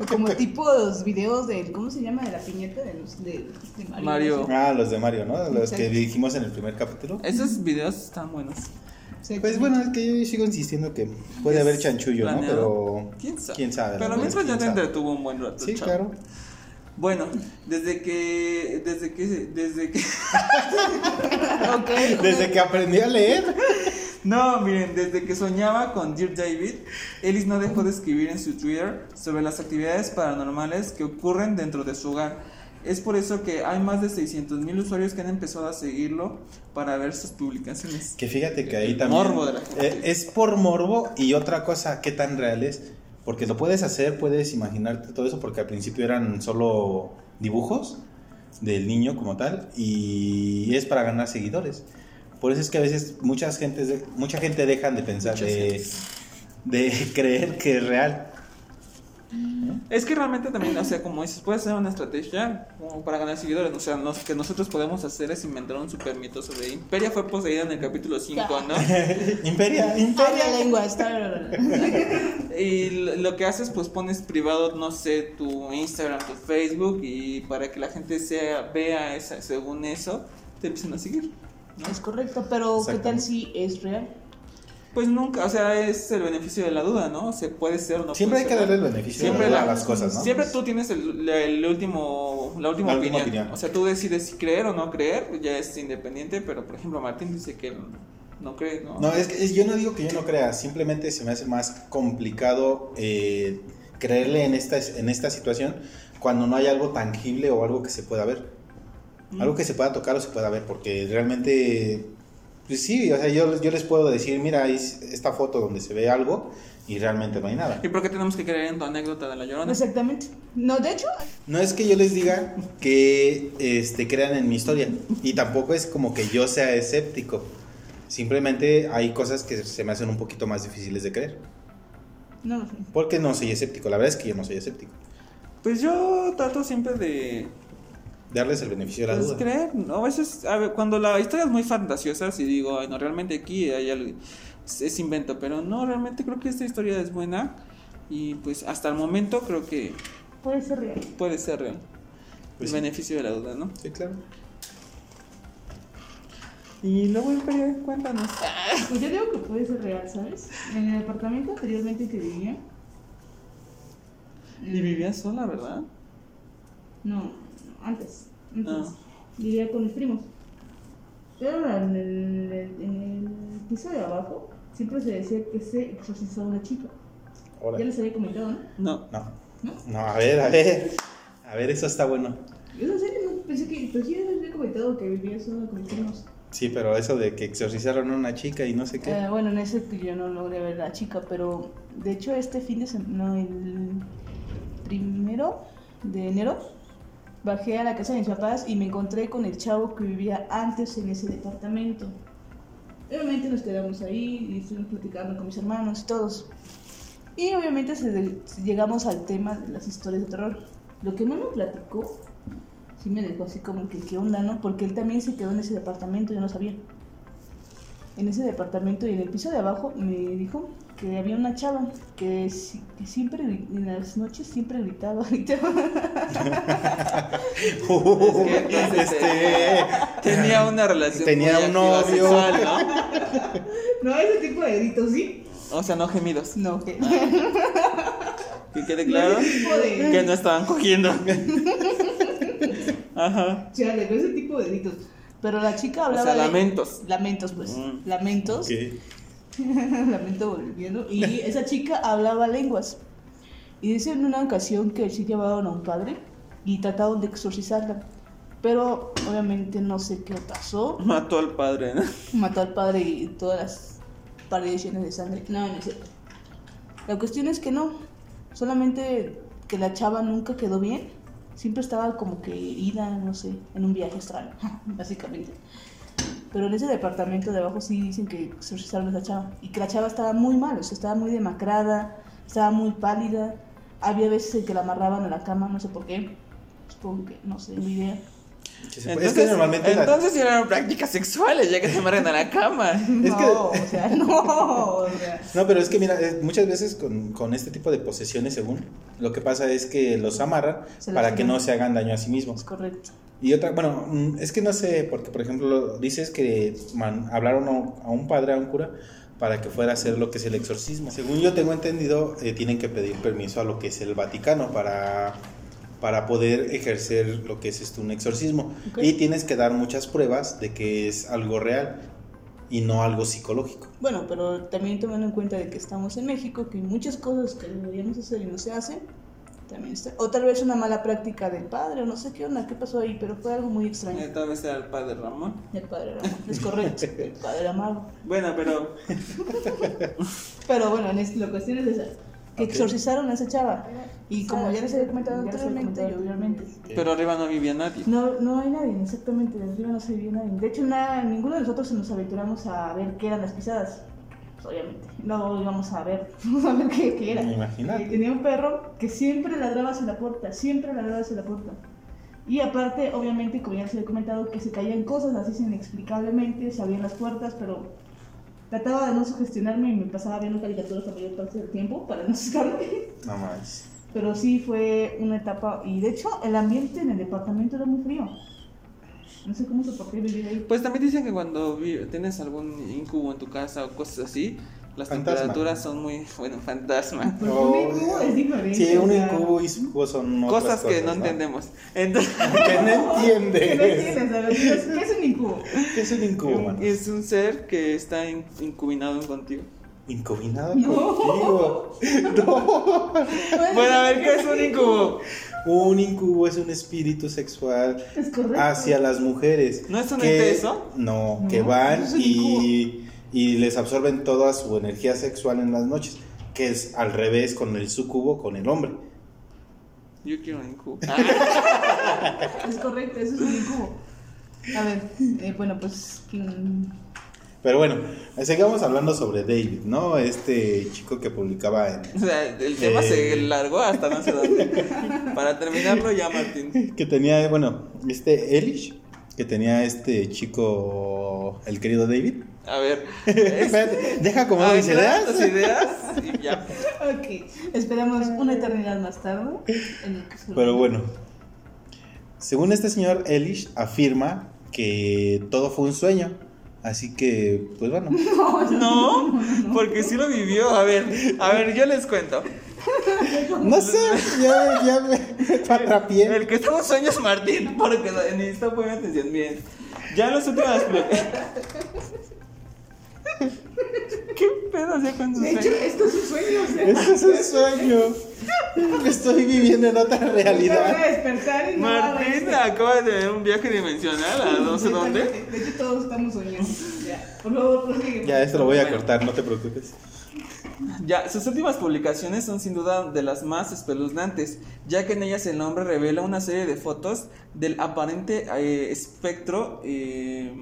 Speaker 2: o como tipo los videos del, ¿cómo se llama? De la piñeta de, los, de, de Mario.
Speaker 3: Mario.
Speaker 1: Ah, los de Mario, ¿no? Los
Speaker 2: Exacto.
Speaker 1: que dijimos en el primer capítulo. Eh,
Speaker 3: Esos videos están buenos.
Speaker 2: Sí.
Speaker 1: Pues bueno, es que yo sigo insistiendo que puede haber chanchullo, ¿no?
Speaker 3: planeado.
Speaker 1: Pero
Speaker 3: ¿Quién sabe?
Speaker 1: quién sabe.
Speaker 3: Pero
Speaker 1: ¿no?
Speaker 3: mientras ya
Speaker 1: ¿Quién
Speaker 3: te
Speaker 1: sabe?
Speaker 3: entretuvo un buen rato.
Speaker 1: Sí,
Speaker 3: chao.
Speaker 1: claro.
Speaker 3: Bueno, desde que. Desde que. Desde que.
Speaker 2: Ok.
Speaker 1: Desde que aprendí a leer.
Speaker 3: No, miren, desde que soñaba con Dear David, Ellis no dejó de escribir en su Twitter sobre las actividades paranormales que ocurren dentro de su hogar. Es por eso que hay más de 600.000 usuarios que han empezado a seguirlo para ver sus publicaciones.
Speaker 1: Que fíjate que ahí
Speaker 3: El
Speaker 1: también.
Speaker 3: morbo de la gente.
Speaker 1: eh, es por morbo y otra cosa, qué tan real es. Porque lo puedes hacer, puedes imaginarte todo eso, porque al principio eran solo dibujos del niño como tal, y es para ganar seguidores. Por eso es que a veces muchas gentes de- mucha gente dejan de pensar,
Speaker 3: Muchas
Speaker 1: de,
Speaker 3: gentes.
Speaker 1: de creer que es real.
Speaker 3: Es que realmente también, o sea, como dices, puede ser una estrategia como para ganar seguidores. O sea, lo que nosotros podemos hacer es inventar un super mito sobre Imperia fue poseída en el capítulo 5, ¿no?
Speaker 1: Imperia,
Speaker 3: Ah,
Speaker 2: Habla
Speaker 1: Imperia.
Speaker 2: lengua, está.
Speaker 3: Y lo lo que haces, pues pones privado, no sé, tu Instagram, tu Facebook, y para que la gente sea, vea esa, según eso, te empiecen a seguir. ¿no?
Speaker 2: Es correcto, pero ¿qué tal si es real?
Speaker 3: Pues nunca, o sea, es el beneficio de la duda, ¿no? Se puede ser o no
Speaker 1: Siempre hay
Speaker 3: puede
Speaker 1: que
Speaker 3: ser.
Speaker 1: darle el beneficio
Speaker 3: Siempre
Speaker 1: de la
Speaker 3: la-
Speaker 1: duda a las cosas, ¿no? Pues
Speaker 3: Siempre tú tienes el, la- el último, la última
Speaker 1: La última
Speaker 3: opinión.
Speaker 1: opinión.
Speaker 3: O sea, tú decides si creer o no creer, ya es independiente, pero por ejemplo, Martín dice que no, no cree, ¿no?
Speaker 1: No, es que es- yo no digo que yo no crea, simplemente se me hace más complicado eh, creerle en esta, en esta situación cuando no hay algo tangible o algo que se pueda ver.
Speaker 2: Mm.
Speaker 1: Algo que se pueda tocar o se pueda ver, porque realmente, pues sí, o sea, yo, yo les puedo decir, mira, hay esta foto donde se ve algo y realmente no hay nada.
Speaker 3: ¿Y por qué tenemos que creer en tu anécdota de la llorona?
Speaker 2: Exactamente. No, de hecho,
Speaker 1: No es que yo les diga que este, crean en mi historia. Y tampoco es como que yo sea escéptico. Simplemente hay cosas que se me hacen un poquito más difíciles de creer.
Speaker 2: no lo sé.
Speaker 1: Porque no soy escéptico. La verdad es que yo no soy escéptico.
Speaker 3: Pues yo trato siempre de
Speaker 1: Darles el beneficio de la
Speaker 3: pues,
Speaker 1: duda.
Speaker 3: creer. ¿no? A veces, a ver, cuando la historia es muy fantasiosa, si digo, "Ay, no, realmente aquí hay algo, es, es invento, pero no, realmente creo que esta historia es buena y pues hasta el momento creo que
Speaker 2: Puede ser real.
Speaker 3: puede ser real.
Speaker 1: Pues sí.
Speaker 3: el beneficio de la duda, ¿no?
Speaker 1: Sí, claro.
Speaker 3: Y luego Imperio, cuéntanos.
Speaker 2: Pues yo digo que puede ser real, ¿sabes? En el apartamento anteriormente que vivía.
Speaker 3: Y vivía sola, ¿verdad?
Speaker 2: No, antes. antes.
Speaker 3: Ah.
Speaker 2: Vivía con mis primos. Pero en el, en el piso de abajo siempre se decía que se exorcizaba una chica.
Speaker 1: Ahora.
Speaker 2: Ya les había comentado, ¿no?
Speaker 3: No.
Speaker 1: No.
Speaker 2: ¿No?
Speaker 1: No, a ver, a ver. A ver, eso está bueno.
Speaker 2: pues Yo no sé, no pensé que. Pero sí ya les había comentado que vivía solo con mis primos.
Speaker 1: Sí, pero eso de que exorcizaron a una chica y no sé qué.
Speaker 2: Eh, bueno, en ese que yo no logré ver la chica, pero de hecho este fin de semana, no, el primero de enero, bajé a la casa de mis papás y me encontré con el chavo que vivía antes en ese departamento. Obviamente nos quedamos ahí y estuvimos platicando con mis hermanos y todos. Y obviamente se de- llegamos al tema de las historias de terror. Lo que no me platicó, sí me dejó así como que qué onda, ¿no? Porque él también se quedó en ese departamento, yo no sabía. En ese departamento y en el piso de abajo me dijo que había una chava que, si- que siempre, gri- en las noches siempre gritaba, gritaba.
Speaker 3: Es que entonces,
Speaker 1: Este,
Speaker 3: eh, tenía una relación
Speaker 1: Tenía
Speaker 3: muy
Speaker 1: un
Speaker 3: activa
Speaker 1: novio.
Speaker 3: sexual, ¿no?
Speaker 2: No, ese tipo de gritos, ¿sí?
Speaker 3: O sea, no gemidos.
Speaker 2: No, que...
Speaker 3: Que quede Ah, claro
Speaker 2: Ese tipo de...
Speaker 3: que no estaban cogiendo. Ajá.
Speaker 2: Chale, no ese tipo de gritos. Pero la chica
Speaker 3: O
Speaker 2: hablaba
Speaker 3: sea,
Speaker 2: de-
Speaker 3: lamentos.
Speaker 2: Lamentos, pues.
Speaker 3: Mm.
Speaker 2: Lamentos.
Speaker 1: Ok.
Speaker 2: Lamento volviendo. Y esa chica hablaba lenguas. Y dice en una ocasión que sí llevaron a un padre y trataron de exorcizarla. Pero obviamente no sé qué pasó.
Speaker 3: Mató al padre, ¿no?
Speaker 2: Mató al padre y todas las paredes llenas de sangre. No, no es cierto. La cuestión es que no. Solamente que la chava nunca quedó bien. Siempre estaba como que ida, no sé, en un viaje extraño, básicamente. Pero en ese departamento de abajo sí dicen que exorcizaron a esa chava. Y que la chava estaba muy mal, o sea, estaba muy demacrada, estaba muy pálida. Había veces en que la amarraban a la cama, no sé por qué. Supongo que, no sé, ni idea.
Speaker 1: Que se-
Speaker 3: Entonces,
Speaker 1: es que normalmente las-
Speaker 3: entonces eran prácticas sexuales, ya que se amarran a la cama.
Speaker 1: Es
Speaker 2: no,
Speaker 1: que-
Speaker 2: o sea, no, o sea.
Speaker 1: No, pero es que mira, eh, muchas veces con, con este tipo de posesiones, según, lo que pasa es que los amarran
Speaker 2: Se
Speaker 1: para
Speaker 2: lastiman.
Speaker 1: que no se hagan daño a sí
Speaker 2: Es
Speaker 1: mismos.
Speaker 2: correcto.
Speaker 1: Y otra, bueno, mm, es que no sé, porque por ejemplo, dices que man- hablaron a a un padre, a un cura, para que fuera a hacer lo que es el exorcismo. Según yo tengo entendido, eh, tienen que pedir permiso a lo que es el Vaticano para, para poder ejercer lo que es esto, un exorcismo.
Speaker 2: Ok.
Speaker 1: Y tienes que dar muchas pruebas de que es algo real y no algo psicológico.
Speaker 2: Bueno, pero también tomando en cuenta de que estamos en México, que hay muchas cosas que deberíamos hacer y no se hacen, también está. O tal vez una mala práctica del padre, o no sé qué onda, qué pasó ahí, pero fue algo muy
Speaker 3: Eh,
Speaker 2: extraño.
Speaker 3: Tal vez era el padre Ramón.
Speaker 2: Del padre amado, es correcto, el padre amado.
Speaker 3: Bueno, pero
Speaker 2: Pero bueno, en es- la cuestión es esa. Que
Speaker 1: Ok.
Speaker 2: exorcizaron a esa chava. Y como ya les había comentado anteriormente, y obviamente.
Speaker 3: Pero arriba no vivía nadie.
Speaker 2: No, no hay nadie, exactamente, de arriba no se vio nadie. De hecho, nada, ninguno de nosotros nos aventuramos a ver qué eran las pisadas. Pues, obviamente, no íbamos a ver, a ver qué, qué era.
Speaker 1: Imagínate.
Speaker 2: Eh, Tenía un perro que siempre ladraba hacia la puerta, siempre ladraba hacia la puerta. Y aparte, obviamente, como ya se he comentado, que se caían cosas así inexplicablemente, se abrían las puertas, pero trataba de no sugestionarme y me pasaba viendo caricaturas la mayor parte del tiempo para no asustarme.
Speaker 1: No manches.
Speaker 2: Pero sí fue una etapa, y de hecho, el ambiente en el departamento era muy frío. No sé cómo soporté vivir ahí.
Speaker 3: Pues también dicen que cuando vi- tienes algún incubo en tu casa o cosas así, las
Speaker 1: Fantasma.
Speaker 3: temperaturas son muy, bueno, fantasma.
Speaker 2: Pero
Speaker 1: Ah, No,
Speaker 2: un incubo es diferente.
Speaker 1: Sí,
Speaker 2: o
Speaker 1: un
Speaker 2: sea,
Speaker 1: incubo y su jugo son otras
Speaker 3: cosas que no entendemos. Entonces,
Speaker 1: Que no
Speaker 2: Que no
Speaker 1: entiendes.
Speaker 2: entiendes, a ver, ¿qué es- qué es un incubo?
Speaker 1: ¿Qué es un incubo, mano?
Speaker 3: es un ser que está in- incubinado en contigo.
Speaker 1: Incubinado
Speaker 2: No.
Speaker 1: contigo. No.
Speaker 3: Bueno, a ver, ¿qué es un incubo?
Speaker 1: Un incubo es un espíritu sexual
Speaker 2: Es correcto.
Speaker 1: hacia las mujeres.
Speaker 3: ¿No es un
Speaker 1: que-
Speaker 3: ente eso?
Speaker 1: No,
Speaker 2: No,
Speaker 1: que van
Speaker 2: eso es un
Speaker 1: y, y les absorben toda su energía sexual en las noches. Que es al revés con el sucubo, con el hombre.
Speaker 3: Yo quiero un incubo. Ah,
Speaker 2: Es correcto, eso es un incubo. A ver, eh, bueno, pues. ¿quién-
Speaker 1: Pero bueno, sigamos hablando sobre David, ¿no? Este chico que publicaba en,
Speaker 3: O sea, el tema
Speaker 1: Eh.
Speaker 3: se largó hasta no sé dónde. Para terminarlo ya, Martín.
Speaker 1: que tenía, bueno, este Elish, que tenía este chico, el querido David.
Speaker 3: A ver. es- Ah,
Speaker 1: Espérate, deja como mis
Speaker 3: aclara tus
Speaker 1: ideas.
Speaker 3: ideas y ya.
Speaker 2: Ok, esperamos una eternidad más tarde. en el que se-
Speaker 1: Pero bueno, según este señor Elish afirma que todo fue un sueño. Así que, pues bueno,
Speaker 3: No, porque sí lo vivió. A ver, a ver, yo les cuento.
Speaker 1: no sé, ya, ya me, me
Speaker 3: El
Speaker 1: atrapié.
Speaker 3: que tuvo sueños Martín, porque necesito poner atención. Miren, ya en las últimas. ¿Qué pedo hacía con sus
Speaker 2: De hecho,
Speaker 3: sueños?
Speaker 2: esto es un sueño, o sea.
Speaker 1: Eso es un sueño. Estoy viviendo en otra
Speaker 2: Me voy a
Speaker 1: realidad.
Speaker 2: despertar y no este. va a
Speaker 3: Martín
Speaker 2: reírse.
Speaker 3: acaba de un viaje dimensional a no sé dónde.
Speaker 2: De hecho, todos estamos soñando. Ya. Por favor, prosigue.
Speaker 1: Ya, esto lo voy a
Speaker 3: Bueno.
Speaker 1: cortar, no te preocupes.
Speaker 3: Ya, sus últimas publicaciones son sin duda de las más espeluznantes, ya que en ellas el hombre revela una serie de fotos del aparente eh, espectro. eh,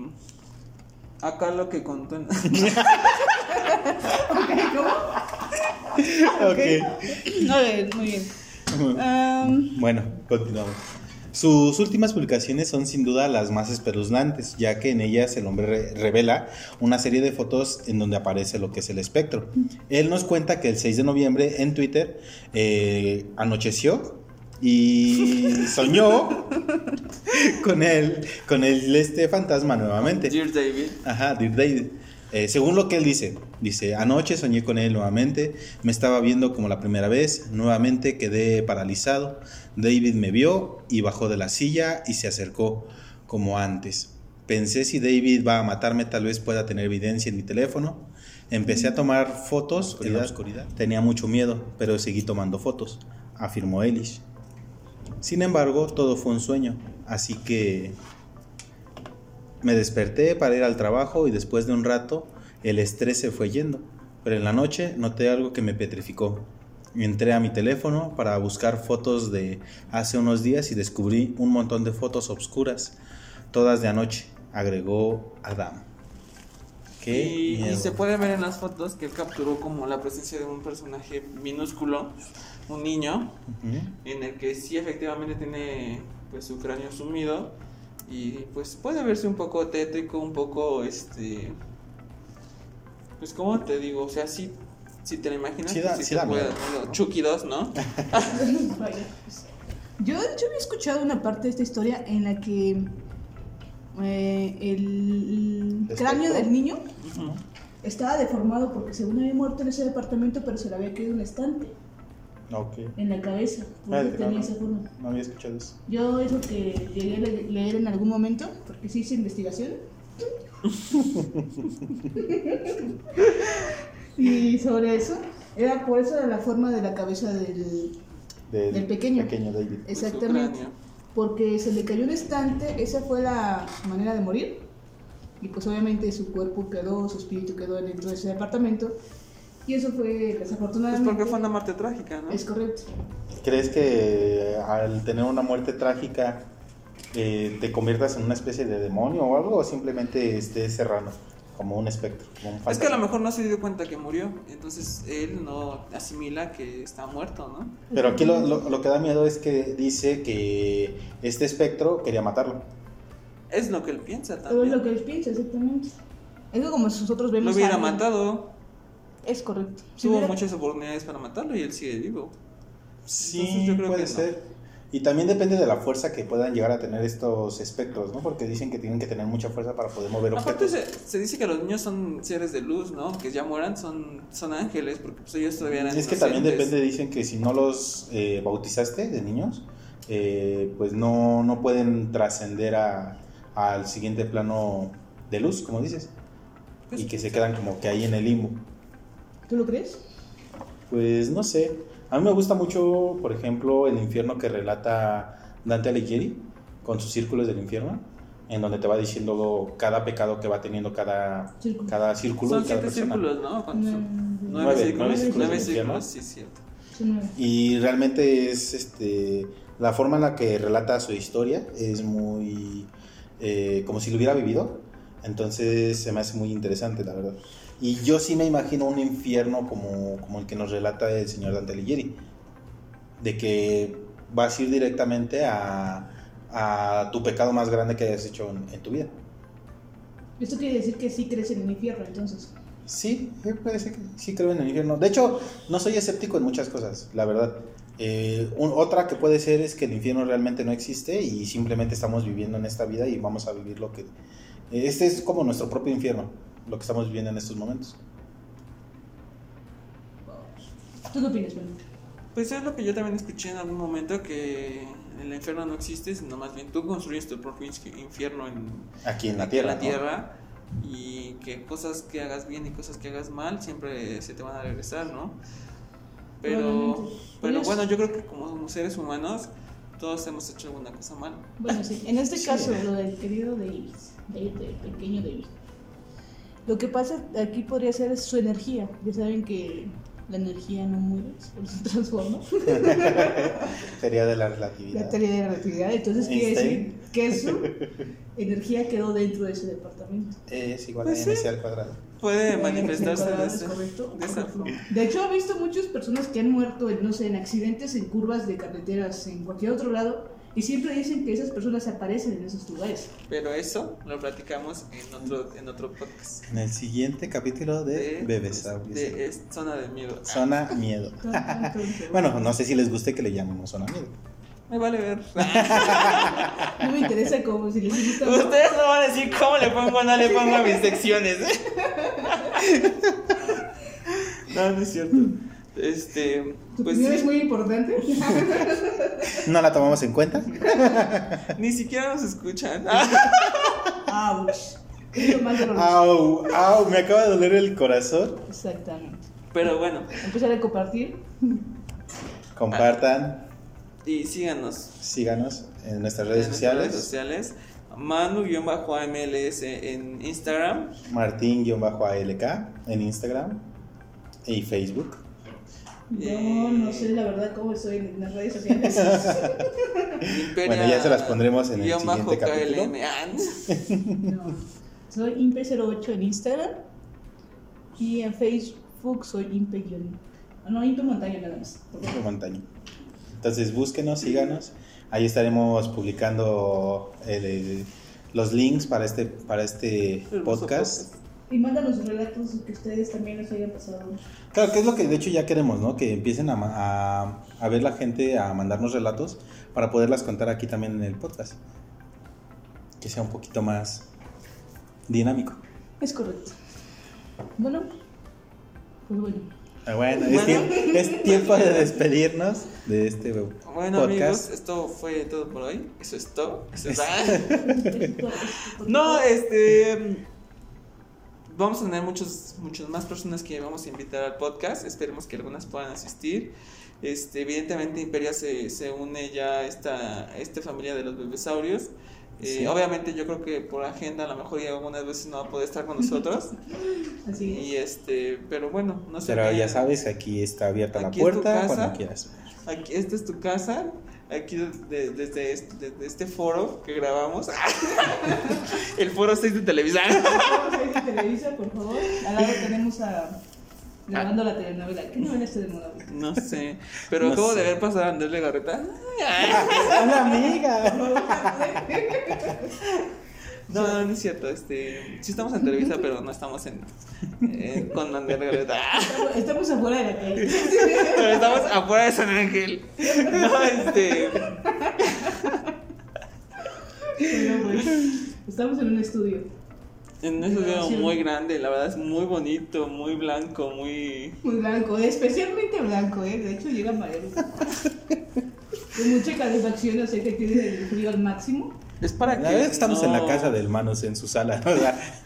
Speaker 3: acá lo que contó. en-
Speaker 2: Ok, ¿cómo?
Speaker 1: Ok.
Speaker 2: A ver, muy bien. Am,
Speaker 1: Bueno, continuamos. Sus últimas publicaciones son sin duda las más espeluznantes, ya que en ellas el hombre re- revela una serie de fotos en donde aparece lo que es el espectro. Él nos cuenta que el 6 de noviembre en Twitter eh, anocheció y soñó con el, con el este fantasma nuevamente.
Speaker 3: Dear David.
Speaker 1: Ajá, Dear David. Eh, según lo que él dice, dice, anoche soñé con él nuevamente, me estaba viendo como la primera vez, nuevamente quedé paralizado, David me vio y bajó de la silla y se acercó como antes. Pensé si David va a matarme, tal vez pueda tener evidencia en mi teléfono. Empecé a tomar fotos en la oscuridad. Tenía mucho miedo, pero seguí tomando fotos, afirmó Elish. Sin embargo, todo fue un sueño, así que me desperté para ir al trabajo y después de un rato el estrés se fue yendo, pero en la noche noté algo que me petrificó. Entré a mi teléfono para buscar fotos de hace unos días y descubrí un montón de fotos obscuras, todas de anoche, agregó Adam. Qué
Speaker 3: Y, y
Speaker 1: miedo.
Speaker 3: se puede ver en las fotos que él capturó como la presencia de un personaje minúsculo, un niño,
Speaker 1: Ujú.
Speaker 3: en el que sí efectivamente tiene pues su cráneo sumido y pues puede verse un poco tétrico, un poco este pues como te digo, o sea, sí si te lo imaginas,
Speaker 1: Sí da-
Speaker 3: pues,
Speaker 1: sí
Speaker 3: sí te
Speaker 1: da
Speaker 3: puede-
Speaker 1: miedo.
Speaker 3: bueno, Chucky 2, ¿no?
Speaker 2: vaya, pues. Yo, yo había escuchado una parte de esta historia en la que eh, el
Speaker 1: ¿Espectro?
Speaker 2: cráneo del niño
Speaker 3: Ujú.
Speaker 2: estaba deformado porque según había muerto en ese departamento, pero se le había caído un estante
Speaker 1: Ok,
Speaker 2: en la cabeza. Por
Speaker 1: Ah,
Speaker 2: eso
Speaker 1: el
Speaker 2: tenía
Speaker 1: cráneo.
Speaker 2: esa forma.
Speaker 1: no había escuchado eso.
Speaker 2: Yo es lo que llegué a le- leer en algún momento, porque sí hice investigación. y sobre eso, era por eso era la forma de la cabeza del...
Speaker 1: Del,
Speaker 2: Del pequeño.
Speaker 1: David.
Speaker 3: De su
Speaker 2: Exactamente.
Speaker 3: cráneo.
Speaker 2: Porque se le cayó un estante, esa fue la manera de morir. Y pues obviamente su cuerpo quedó, su espíritu quedó dentro de ese departamento. Y eso fue
Speaker 3: Pues
Speaker 2: desafortunadamente...
Speaker 3: porque fue una muerte trágica, ¿no?
Speaker 2: Es correcto.
Speaker 1: ¿Crees que al tener una muerte trágica eh, te conviertas en una especie de demonio o algo o simplemente estés serrano como un espectro, como un
Speaker 3: Es que a
Speaker 1: fantasma?
Speaker 3: lo mejor no se dio cuenta que murió, entonces él no asimila que está muerto, ¿no?
Speaker 1: Pero aquí lo, lo- lo que da miedo es que dice que este espectro quería matarlo.
Speaker 3: Es lo que él piensa
Speaker 2: Pero es
Speaker 3: también.
Speaker 2: lo que él piensa, exactamente. Es que como nosotros
Speaker 3: Lo
Speaker 2: vemos...
Speaker 3: hubiera
Speaker 2: a alguien-
Speaker 3: matado,
Speaker 2: Es correcto. Si
Speaker 3: tuvo
Speaker 2: hubiera-
Speaker 3: muchas oportunidades para matarlo y él sigue vivo.
Speaker 1: Sí,
Speaker 3: Entonces, yo creo
Speaker 1: puede
Speaker 3: que no.
Speaker 1: ser. Y también depende de la fuerza que puedan llegar a tener estos espectros, ¿no? Porque dicen que tienen que tener mucha fuerza para poder mover
Speaker 3: Aparte
Speaker 1: objetos.
Speaker 3: se, se dice que los niños son seres de luz, ¿no? Que ya mueran son, son ángeles, porque pues ellos todavía eran
Speaker 1: Es que también
Speaker 3: inocentes.
Speaker 1: depende, dicen que si no los eh, bautizaste de niños, eh, pues no, no pueden trascender a- al siguiente plano de luz, como dices,
Speaker 3: Pues
Speaker 1: y que se quedan como que ahí en el limbo.
Speaker 2: ¿Tú lo crees?
Speaker 1: Pues no sé, a mí me gusta mucho, por ejemplo, el infierno que relata Dante Alighieri con sus círculos del infierno, en donde te va diciendo cada pecado que va teniendo cada,
Speaker 2: Círculo.
Speaker 1: cada círculo
Speaker 3: Son
Speaker 1: y cada
Speaker 3: siete
Speaker 1: persona.
Speaker 3: círculos, ¿no? ¿Cuántos son?
Speaker 2: No,
Speaker 3: Nueve
Speaker 1: Nueve,
Speaker 3: círculos.
Speaker 1: nueve círculos
Speaker 3: Nueve
Speaker 1: del infierno.
Speaker 3: círculos, sí, cierto.
Speaker 2: son nueve.
Speaker 1: Y realmente es este la forma en la que relata su historia es muy eh, como si lo hubiera vivido. Entonces se me hace muy interesante, la verdad. Y yo sí me imagino un infierno como, como el que nos relata el señor Dante Alighieri. De que vas a ir directamente a, a tu pecado más grande que hayas hecho en, en tu vida.
Speaker 2: Esto quiere decir que sí crees en el infierno, entonces.
Speaker 1: Sí, sí, parece que sí creo en el infierno. De hecho, no soy escéptico en muchas cosas, la verdad. Eh, un- otra que puede ser es que el infierno realmente no existe y simplemente estamos viviendo en esta vida y vamos a vivir lo que... eh, Este es como nuestro propio infierno, lo que estamos viviendo en estos momentos.
Speaker 2: ¿Tú qué opinas, Manuel?
Speaker 3: Pues es lo que yo también escuché en algún momento, que el infierno no existe, sino más bien tú construyes tu propio inf- infierno en,
Speaker 1: Aquí en la
Speaker 3: aquí en
Speaker 1: Tierra.
Speaker 3: la
Speaker 1: ¿no?
Speaker 3: tierra y que cosas que hagas bien y cosas que hagas mal siempre se te van a regresar, ¿no? Pero,
Speaker 2: Probablemente.
Speaker 3: pero
Speaker 2: Pues-
Speaker 3: bueno, yo creo que como seres humanos todos hemos hecho alguna cosa mal.
Speaker 2: Bueno, sí, en este
Speaker 1: Sí.
Speaker 2: caso, lo del querido Davis, de, de pequeño Davis. Lo que pasa aquí podría ser su energía. Ya saben que la energía no muere, solo se transforma.
Speaker 1: Teoría de la
Speaker 2: La
Speaker 1: relatividad.
Speaker 2: teoría de la relatividad. Entonces quiere decir
Speaker 1: Einstein.
Speaker 2: que su energía quedó dentro de ese departamento.
Speaker 1: Eh, Es igual a
Speaker 3: Pues sí.
Speaker 1: mc al cuadrado.
Speaker 3: Puede
Speaker 2: Eh,
Speaker 3: manifestarse
Speaker 2: ¿es
Speaker 3: de, ese-
Speaker 2: correcto?
Speaker 3: de esa
Speaker 2: Correcto. De hecho, he visto muchas personas que han muerto, en, no sé, en accidentes, en curvas de carreteras, en cualquier otro lado, y siempre dicen que esas personas aparecen en esos lugares.
Speaker 3: Pero eso lo platicamos en otro, en otro podcast.
Speaker 1: En el siguiente capítulo de, Bebesaurios.
Speaker 3: de- es Zona de Miedo. Ah,
Speaker 1: Zona miedo. Bueno, no sé si les guste que le llamemos zona miedo.
Speaker 3: me vale ver.
Speaker 2: No me interesa como si les gusta. ¿no?
Speaker 3: Ustedes no van a decir cómo le pongo o no le pongo a mis secciones. no, no es cierto. Este,
Speaker 2: Tu
Speaker 3: pues
Speaker 2: opinión
Speaker 3: sí,
Speaker 2: es muy importante.
Speaker 1: ¿No la tomamos en cuenta?
Speaker 3: ni siquiera nos escuchan.
Speaker 1: Ah.
Speaker 2: Ouch. Es lo más
Speaker 3: Ah.
Speaker 2: doloroso.
Speaker 1: ¡Au! ¡Au! Me acaba de doler el corazón.
Speaker 2: Exactamente.
Speaker 3: Pero bueno,
Speaker 2: Empezar a compartir.
Speaker 1: Compartan,
Speaker 3: y síganos
Speaker 1: síganos en nuestras
Speaker 3: en
Speaker 1: redes
Speaker 3: nuestras
Speaker 1: sociales.
Speaker 3: redes sociales. Manu-MLS en Instagram.
Speaker 1: Martín-ALK en Instagram y Facebook.
Speaker 2: No, no sé la verdad cómo soy en las redes sociales.
Speaker 3: Imperia-
Speaker 1: Bueno, ya se las pondremos en el
Speaker 3: guión bajo
Speaker 1: siguiente capítulo.
Speaker 3: KLM. Ah,
Speaker 2: No. Soy Impe08 en Instagram y en Facebook soy Impe. guión- No, Impe Montaña nada más.
Speaker 1: Grupo Montaña. Entonces búsquenos, síganos. Ahí estaremos publicando el- el- los links para este, para este
Speaker 3: hermoso
Speaker 1: podcast.
Speaker 2: Y mándanos sus relatos que ustedes también les hayan pasado.
Speaker 1: Claro, que es lo que de hecho ya queremos, ¿no? Que empiecen a, ma- a- a ver la gente, a mandarnos relatos para poderlas contar aquí también en el podcast. Que sea un poquito más dinámico.
Speaker 2: Es correcto. Bueno, pues bueno.
Speaker 1: Ah, Bueno, es,
Speaker 3: Bueno.
Speaker 1: tiemp- es tiempo de despedirnos de este
Speaker 3: Bueno, amigos,
Speaker 1: podcast.
Speaker 3: esto fue todo por hoy. Eso es todo. Eso es-
Speaker 2: Esto- esto-
Speaker 3: No, este. Vamos a tener muchos, muchos más personas que vamos a invitar al podcast. Esperemos que algunas puedan asistir. Este, evidentemente, Imperia se, se une ya a esta, esta familia de los bebesaurios. Eh,
Speaker 1: Sí.
Speaker 3: Obviamente, yo creo que por agenda, a lo mejor y algunas veces no va a poder estar con nosotros.
Speaker 2: Así
Speaker 3: y este, pero bueno, no sé.
Speaker 1: Pero
Speaker 3: qué-
Speaker 1: ya sabes, aquí está abierta
Speaker 3: Aquí
Speaker 1: la
Speaker 3: es tu
Speaker 1: puerta
Speaker 3: casa.
Speaker 1: cuando quieras.
Speaker 3: Aquí, esta es tu casa. Aquí de- desde, este, desde este foro que grabamos. El foro 6 de Televisa.
Speaker 2: es. Ahí Televisa, por favor. Al lado tenemos a. Grabando la telenovela. ¿Qué novela está de moda? ahorita?
Speaker 3: No sé. Pero
Speaker 1: No
Speaker 3: acabo
Speaker 1: sé.
Speaker 3: de ver pasar a Andrés Legarreta.
Speaker 1: ¡Hola, amiga!
Speaker 3: No, no, no es cierto. Este, sí estamos en Televisa, pero no estamos en, eh, con Andrés Legarreta.
Speaker 2: Estamos- Estamos afuera de la calle.
Speaker 3: Pero estamos afuera de San Ángel. No, este.
Speaker 2: Bueno, pues, Estamos en un estudio.
Speaker 3: En un estudio muy grande, la verdad es muy bonito, muy blanco, muy.
Speaker 2: Muy blanco, especialmente blanco, ¿eh? De hecho, llega amarelo. Con mucha calefacción, no sé que tiene el frío al máximo.
Speaker 3: Es para
Speaker 1: La
Speaker 3: que.
Speaker 1: verdad es que estamos en la
Speaker 3: no-
Speaker 1: casa del Manos, en su sala. ¿no? O sea,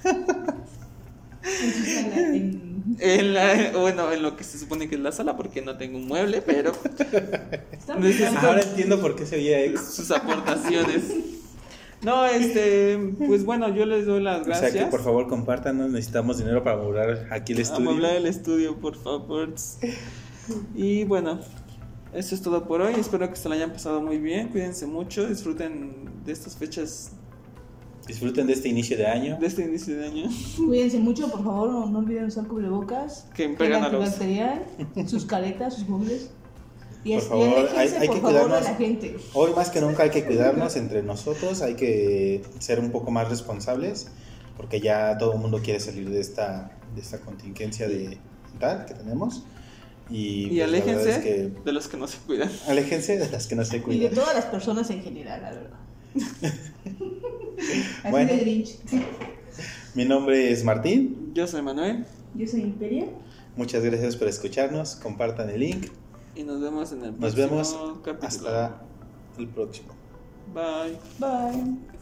Speaker 2: Entonces, en la- en-
Speaker 3: En la- bueno, en lo que se supone que es la sala, porque no tengo un mueble, pero
Speaker 2: estamos
Speaker 3: Necesito-
Speaker 2: blanco.
Speaker 1: ahora entiendo por qué se oía ex.
Speaker 3: sus aportaciones. No, este, pues bueno, yo les doy las
Speaker 1: O sea
Speaker 3: gracias.
Speaker 1: que por favor compártanos, necesitamos dinero para moblar aquí el estudio.
Speaker 3: Amueblar el estudio, por favor. Y bueno, eso es todo por hoy. Espero que se lo hayan pasado muy bien. Cuídense mucho, disfruten de estas fechas,
Speaker 1: Disfruten de este inicio de año.
Speaker 3: de este inicio de año.
Speaker 2: Cuídense mucho, por favor, no, no olviden usar cubrebocas.
Speaker 3: Que pegan a los-
Speaker 2: antibacterial, sus caretas, sus muebles. Y,
Speaker 1: Por
Speaker 2: es- y
Speaker 1: favor, hay-
Speaker 2: aléjense,
Speaker 1: hay que
Speaker 2: por favor, de la
Speaker 1: cuidarnos.
Speaker 2: gente.
Speaker 1: Hoy más que nunca hay que cuidarnos entre nosotros, hay que ser un poco más responsables, porque ya todo el mundo quiere salir de esta, de esta contingencia de tal que tenemos. Y,
Speaker 3: Y
Speaker 1: pues, la verdad
Speaker 3: aléjense
Speaker 1: es que-
Speaker 3: de los que no se cuidan.
Speaker 1: aléjense de las que no se
Speaker 2: Y de
Speaker 1: cuidan.
Speaker 2: todas las personas en general, la verdad. Así
Speaker 1: Bueno.
Speaker 2: de Grinch.
Speaker 1: Mi nombre es Martín,
Speaker 3: Yo soy Manuel
Speaker 2: Yo soy Imperia.
Speaker 1: muchas gracias por escucharnos, compartan el link,
Speaker 3: y nos vemos en el
Speaker 1: nos
Speaker 3: próximo
Speaker 1: vemos
Speaker 3: capítulo.
Speaker 1: hasta el próximo.
Speaker 3: Bye.
Speaker 2: Bye.